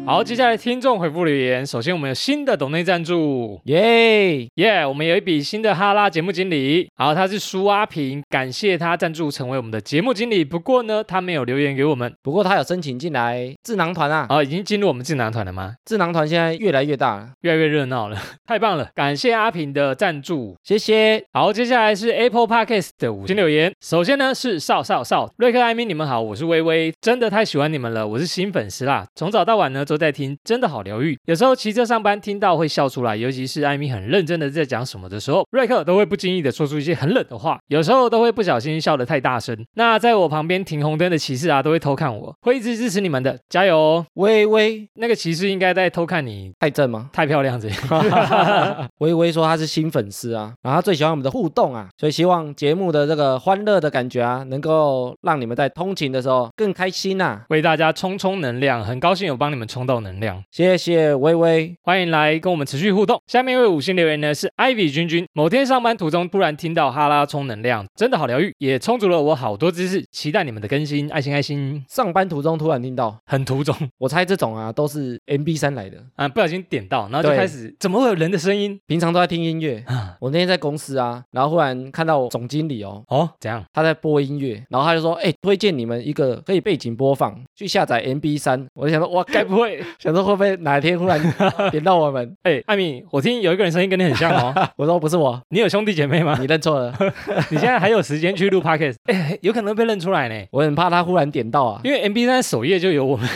Speaker 1: 好，接下来听众回复留言。首先，我们有新的抖内赞助，
Speaker 2: 耶！
Speaker 1: 耶、我们有一笔新的哈拉节目经理，然后他是苏阿平，感谢他赞助成为我们的节目经理。不过呢，他没有留言给我们，
Speaker 2: 不过他有申请进来智囊团啊，
Speaker 1: 啊，已经进入我们智囊团了吗？
Speaker 2: 智囊团现在越来越大了，
Speaker 1: 越来越热闹了，太棒了！感谢阿平的赞助。
Speaker 2: 谢谢。
Speaker 1: 哎好，接下来是 Apple Podcast 的五星留言。首先呢是少少少瑞克艾米，你们好，我是微微，真的太喜欢你们了，我是新粉丝啦，从早到晚呢都在听，真的好疗愈。有时候骑车上班听到会笑出来，尤其是艾米很认真的在讲什么的时候，瑞克都会不经意的说出一些很冷的话，有时候都会不小心笑得太大声。那在我旁边停红灯的骑士啊，都会偷看我，会一直支持你们的，加油哦！
Speaker 2: 微微
Speaker 1: 那个骑士应该在偷看你
Speaker 2: 太正 吗？
Speaker 1: 太漂亮这样。
Speaker 2: 微微说他是新粉丝啊，然后他最喜欢我们的互动啊，所以希望节目的这个欢乐的感觉啊，能够让你们在通勤的时候更开心啊。
Speaker 1: 为大家充充能量，很高兴有帮你们充到能量，
Speaker 2: 谢谢微微，
Speaker 1: 欢迎来跟我们持续互动。下面一位五星留言呢是 Ivy 君君，某天上班途中突然听到哈拉充能量，真的好疗愈，也充足了我好多知识，期待你们的更新，爱心爱心，
Speaker 2: 上班途中突然听到，
Speaker 1: 很途中
Speaker 2: 我猜这种啊都是 MB 三来的，
Speaker 1: 啊，不小心点到，然后就
Speaker 2: 对
Speaker 1: 开始怎么会有人的声音
Speaker 2: 平常都在听音乐。
Speaker 1: 啊？
Speaker 2: 我那天在公司啊，然后忽然看到我总经理哦，
Speaker 1: 哦，怎样？
Speaker 2: 他在播音乐，然后他就说：“哎、推荐你们一个可以背景播放，去下载 MB 三。”我就想说：“哇，该
Speaker 1: 该不会？
Speaker 2: 想说会不会哪天忽然 点到我们
Speaker 1: 哎、艾米，我听有一个人声音跟你很像 哦，？”
Speaker 2: 我说：“不是我，
Speaker 1: 你有兄弟姐妹 吗？
Speaker 2: 你认错了。”
Speaker 1: 你现在还有时间去录 podcast？哎、 有可能会被认出来呢，
Speaker 2: 我很怕他忽然点 到啊，
Speaker 1: 因为 MB 三首页就有 我们，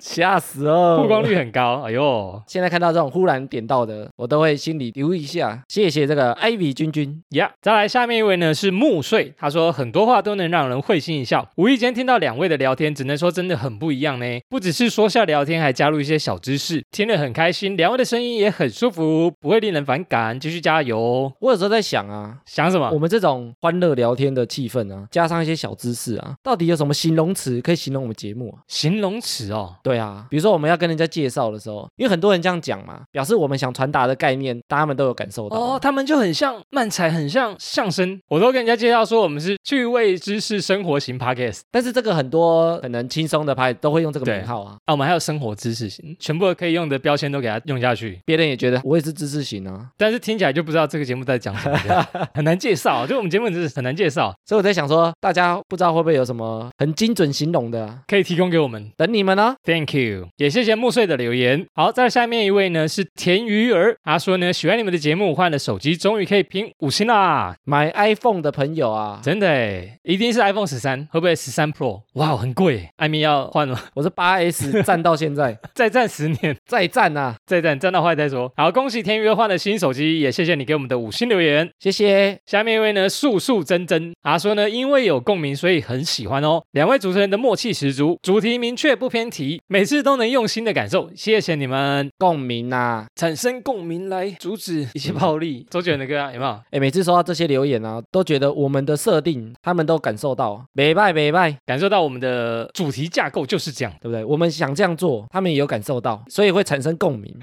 Speaker 2: 吓死了！
Speaker 1: 曝光率很高。哎呦，
Speaker 2: 现在看到这种忽然点到的，我都会心里留一下。谢谢这个 Ivy 君君，
Speaker 1: 呀、再来下面一位呢是木睡，他说很多话都能让人会心一笑。无意间听到两位的聊天，只能说真的很不一样呢。不只是说笑聊天，还加入一些小知识，听得很开心。两位的声音也很舒服，不会令人反感，继续加油哦。
Speaker 2: 我有时候在想啊，
Speaker 1: 想什
Speaker 2: 我
Speaker 1: 么？
Speaker 2: 们这种欢乐聊天的气氛啊，加上一些小知识啊，到底有什么形容词可以形容我们节目啊？
Speaker 1: 形容词哦，
Speaker 2: 对啊，比如说我们要跟人家介绍的时候，因为很多人这样讲嘛，表示我们想传达的概念，大家们都有感受到。
Speaker 1: 哦，他们就很像漫才，很像相声。我都跟人家介绍说我们是趣味知识生活型 podcast
Speaker 2: 但是这个很多可能轻松的拍都会用这个
Speaker 1: 对
Speaker 2: 名号啊，
Speaker 1: 啊，我们还有生活知识型，全部可以用的标签都给它用下去。
Speaker 2: 别人也觉得我也是知识型啊，
Speaker 1: 但是听起来就不知道这个节目在讲什么的，很难介绍。就我们节目真是很难介绍，
Speaker 2: 所以我在想说，大家不知道会不会有什么很精准形容的、啊，
Speaker 1: 可以提供给我们。
Speaker 2: 等你们呢、啊
Speaker 1: Thank you，也谢谢木碎的留言。好，再下面一位呢是田鱼儿，他说呢喜欢你们的节目，换了手机终于可以评五星啦，
Speaker 2: 买 iPhone 的朋友啊，
Speaker 1: 真的诶，一定是 iPhone 十三，会不会十三 Pro？哇，很贵耶，艾米要换了，
Speaker 2: 我是八 S 站到现在，
Speaker 1: 再战十年，
Speaker 2: 再站啊，
Speaker 1: 再战战到坏再说。好，恭喜田鱼儿换了新手机，也谢谢你给我们的五星留言。
Speaker 2: 谢谢。
Speaker 1: 下面一位呢，素素真真，他说呢，因为有共鸣，所以很喜欢哦。两位主持人的默契十足，主题明确不偏题，每次都能用心的感受，谢谢你们，
Speaker 2: 共鸣呐、啊，
Speaker 1: 产生共鸣来阻止一些暴力。 周杰伦的歌啊，有没有
Speaker 2: 哎，每次收到这些留言啊，都觉得我们的设定，他们都感受到，没拜没拜，
Speaker 1: 感受到我们的主题架构就是这样，
Speaker 2: 对不对？我们想这样做，他们也有感受到，所以会产生共鸣。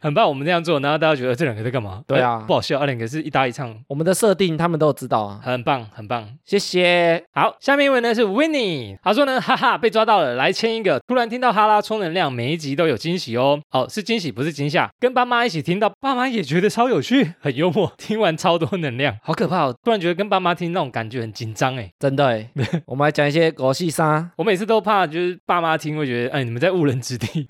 Speaker 1: 很棒。我们这样做，然后大家觉得这两个在干嘛？
Speaker 2: 对啊
Speaker 1: 呃不好笑，二两个是一搭一唱，
Speaker 2: 我们的设定，他们都有知道啊，
Speaker 1: 很棒，很棒。
Speaker 2: 谢谢。
Speaker 1: 好，下面一位呢是 Winnie，他说呢，哈哈，被抓到了，来签一个。突然听到哈拉充能量，每一集都有惊喜哦。哦，是惊喜，不是惊吓。跟爸妈一起听到，爸妈也觉得超有趣，很幽默， 听完超多能量，好可怕哦！突然觉得跟爸妈听那种感觉很紧张哎。
Speaker 2: 欸 真的哎，我们来讲一些狗戏沙，
Speaker 1: 我每次都怕，就是爸妈听会觉得，哎，你们在误人子弟，底，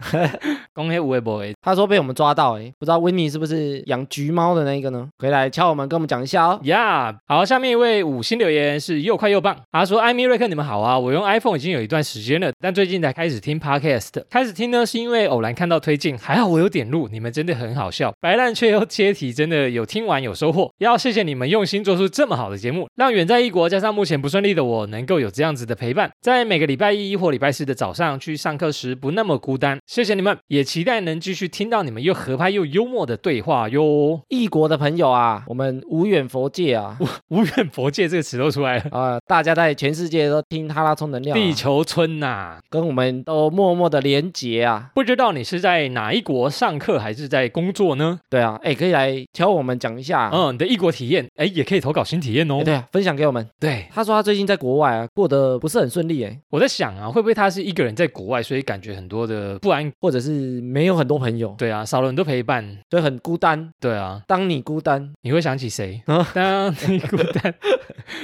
Speaker 1: 公黑无为不为，
Speaker 2: 他说被我们抓到、欸，哎，不知道 w i n n i e 是不是养橘猫的那一个呢？回来敲我们，跟我们讲一下哦。
Speaker 1: 呀、好，下面一位五星留言是又快又棒。他说：“艾米瑞克，你们好啊！我用 iPhone 已经有一段时间了，但最近才开始听 Podcast。开始听呢，是因为偶然看到推荐，还好我有点录，你们真的很好笑，白烂却又切题，真的有听完有收获。要谢谢你们用心做出这么好的节目，让远在异国加上目前不顺利的我，能够有这样子的陪伴，在每个礼拜一或礼拜四的早上去上课时不那么孤单。谢谢你们，也期待能继续听到你们又合拍又幽默的对话哟。
Speaker 2: 异国的朋友啊，我们无远佛界啊，
Speaker 1: 无远佛界这个词都出来了。”
Speaker 2: 啊、大家在全世界都听哈拉充能量、啊，
Speaker 1: 地球村呐、
Speaker 2: 跟我们都默默的连结啊，
Speaker 1: 不知道你是在哪一国上课还是在工作呢？
Speaker 2: 对啊，哎，可以来敲我们讲一下、啊，
Speaker 1: 嗯，你的异国体验，哎，也可以投稿新体验哦
Speaker 2: 诶。对啊，分享给我们。
Speaker 1: 对，
Speaker 2: 他说他最近在国外啊，过得不是很顺利哎，
Speaker 1: 我在想啊，会不会他是一个人在国外，所以感觉很多的不安？
Speaker 2: 或者是没有很多朋友，
Speaker 1: 对啊，少了很多陪伴。
Speaker 2: 所以很孤单。
Speaker 1: 对啊，
Speaker 2: 当你孤单，
Speaker 1: 你会想起谁
Speaker 2: 啊？
Speaker 1: 当你孤单，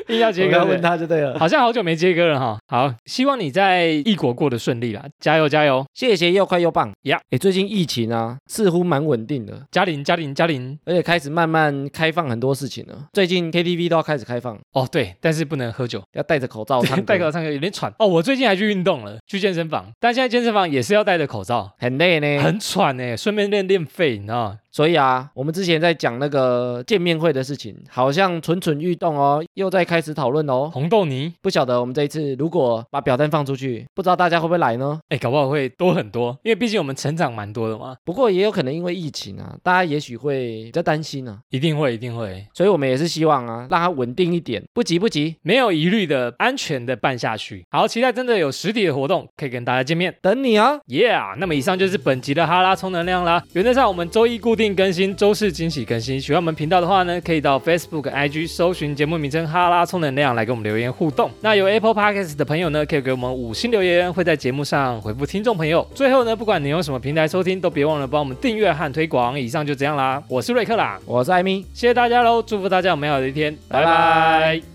Speaker 1: 硬要接
Speaker 2: 我
Speaker 1: 歌
Speaker 2: 要
Speaker 1: 对不对
Speaker 2: 问 他就对了。
Speaker 1: 好像好久没接歌了哈。好，希望你在异国过得顺利啦，加油加油！
Speaker 2: 谢谢又快又棒
Speaker 1: 呀！
Speaker 2: 哎，最近疫情啊，似乎蛮稳定的，
Speaker 1: 嘉玲嘉玲嘉玲，
Speaker 2: 而且开始慢慢开放很多事情了。最近 KTV 都要开始开放，
Speaker 1: 哦对，但是不能 喝酒。
Speaker 2: 要 戴着口罩唱歌，
Speaker 1: 戴口罩唱歌有点喘哦。我最近还去运动了，去健身房，但现在健身房也是要戴着口罩，
Speaker 2: 很累呢。
Speaker 1: 很喘哎、顺便练练肺，你知道吗？
Speaker 2: 所以啊，我们之前在讲那个见面会的事情，好像蠢蠢欲动哦，又在开始讨论哦。
Speaker 1: 红豆泥，
Speaker 2: 不晓得我们这一次如果把表单放出去，不知道大家会不会来呢？
Speaker 1: 哎，搞不好会多很多，因为毕竟我们成长蛮多的嘛，
Speaker 2: 不过也有可能因为疫情啊，大家也许会比较担心啊，
Speaker 1: 一定会，一定会，
Speaker 2: 所以我们也是希望啊，让它稳定一点，不急不急，
Speaker 1: 没有疑虑的，安全的办下去。好，期待真的有实体的活动可以跟大家见面。
Speaker 2: 等你啊。
Speaker 1: Yeah，那么以上就是本集的哈拉充能量啦。原则上我们周一固定更新，周四惊喜更新。喜欢我们频道的话呢，可以到 Facebook、IG 搜寻节目名称“哈拉充能量”来给我们留言互动。那有 Apple Podcast 的朋友呢，可以给我们五星留言，会在节目上回复听众朋友。最后呢，不管你用什么平台收听，都别忘了帮我们订阅和推广。以上就这样啦，我是瑞克啦，
Speaker 2: 我是艾米，
Speaker 1: 谢谢大家喽，祝福大家有美好的一天，拜
Speaker 2: 拜
Speaker 1: 拜
Speaker 2: 拜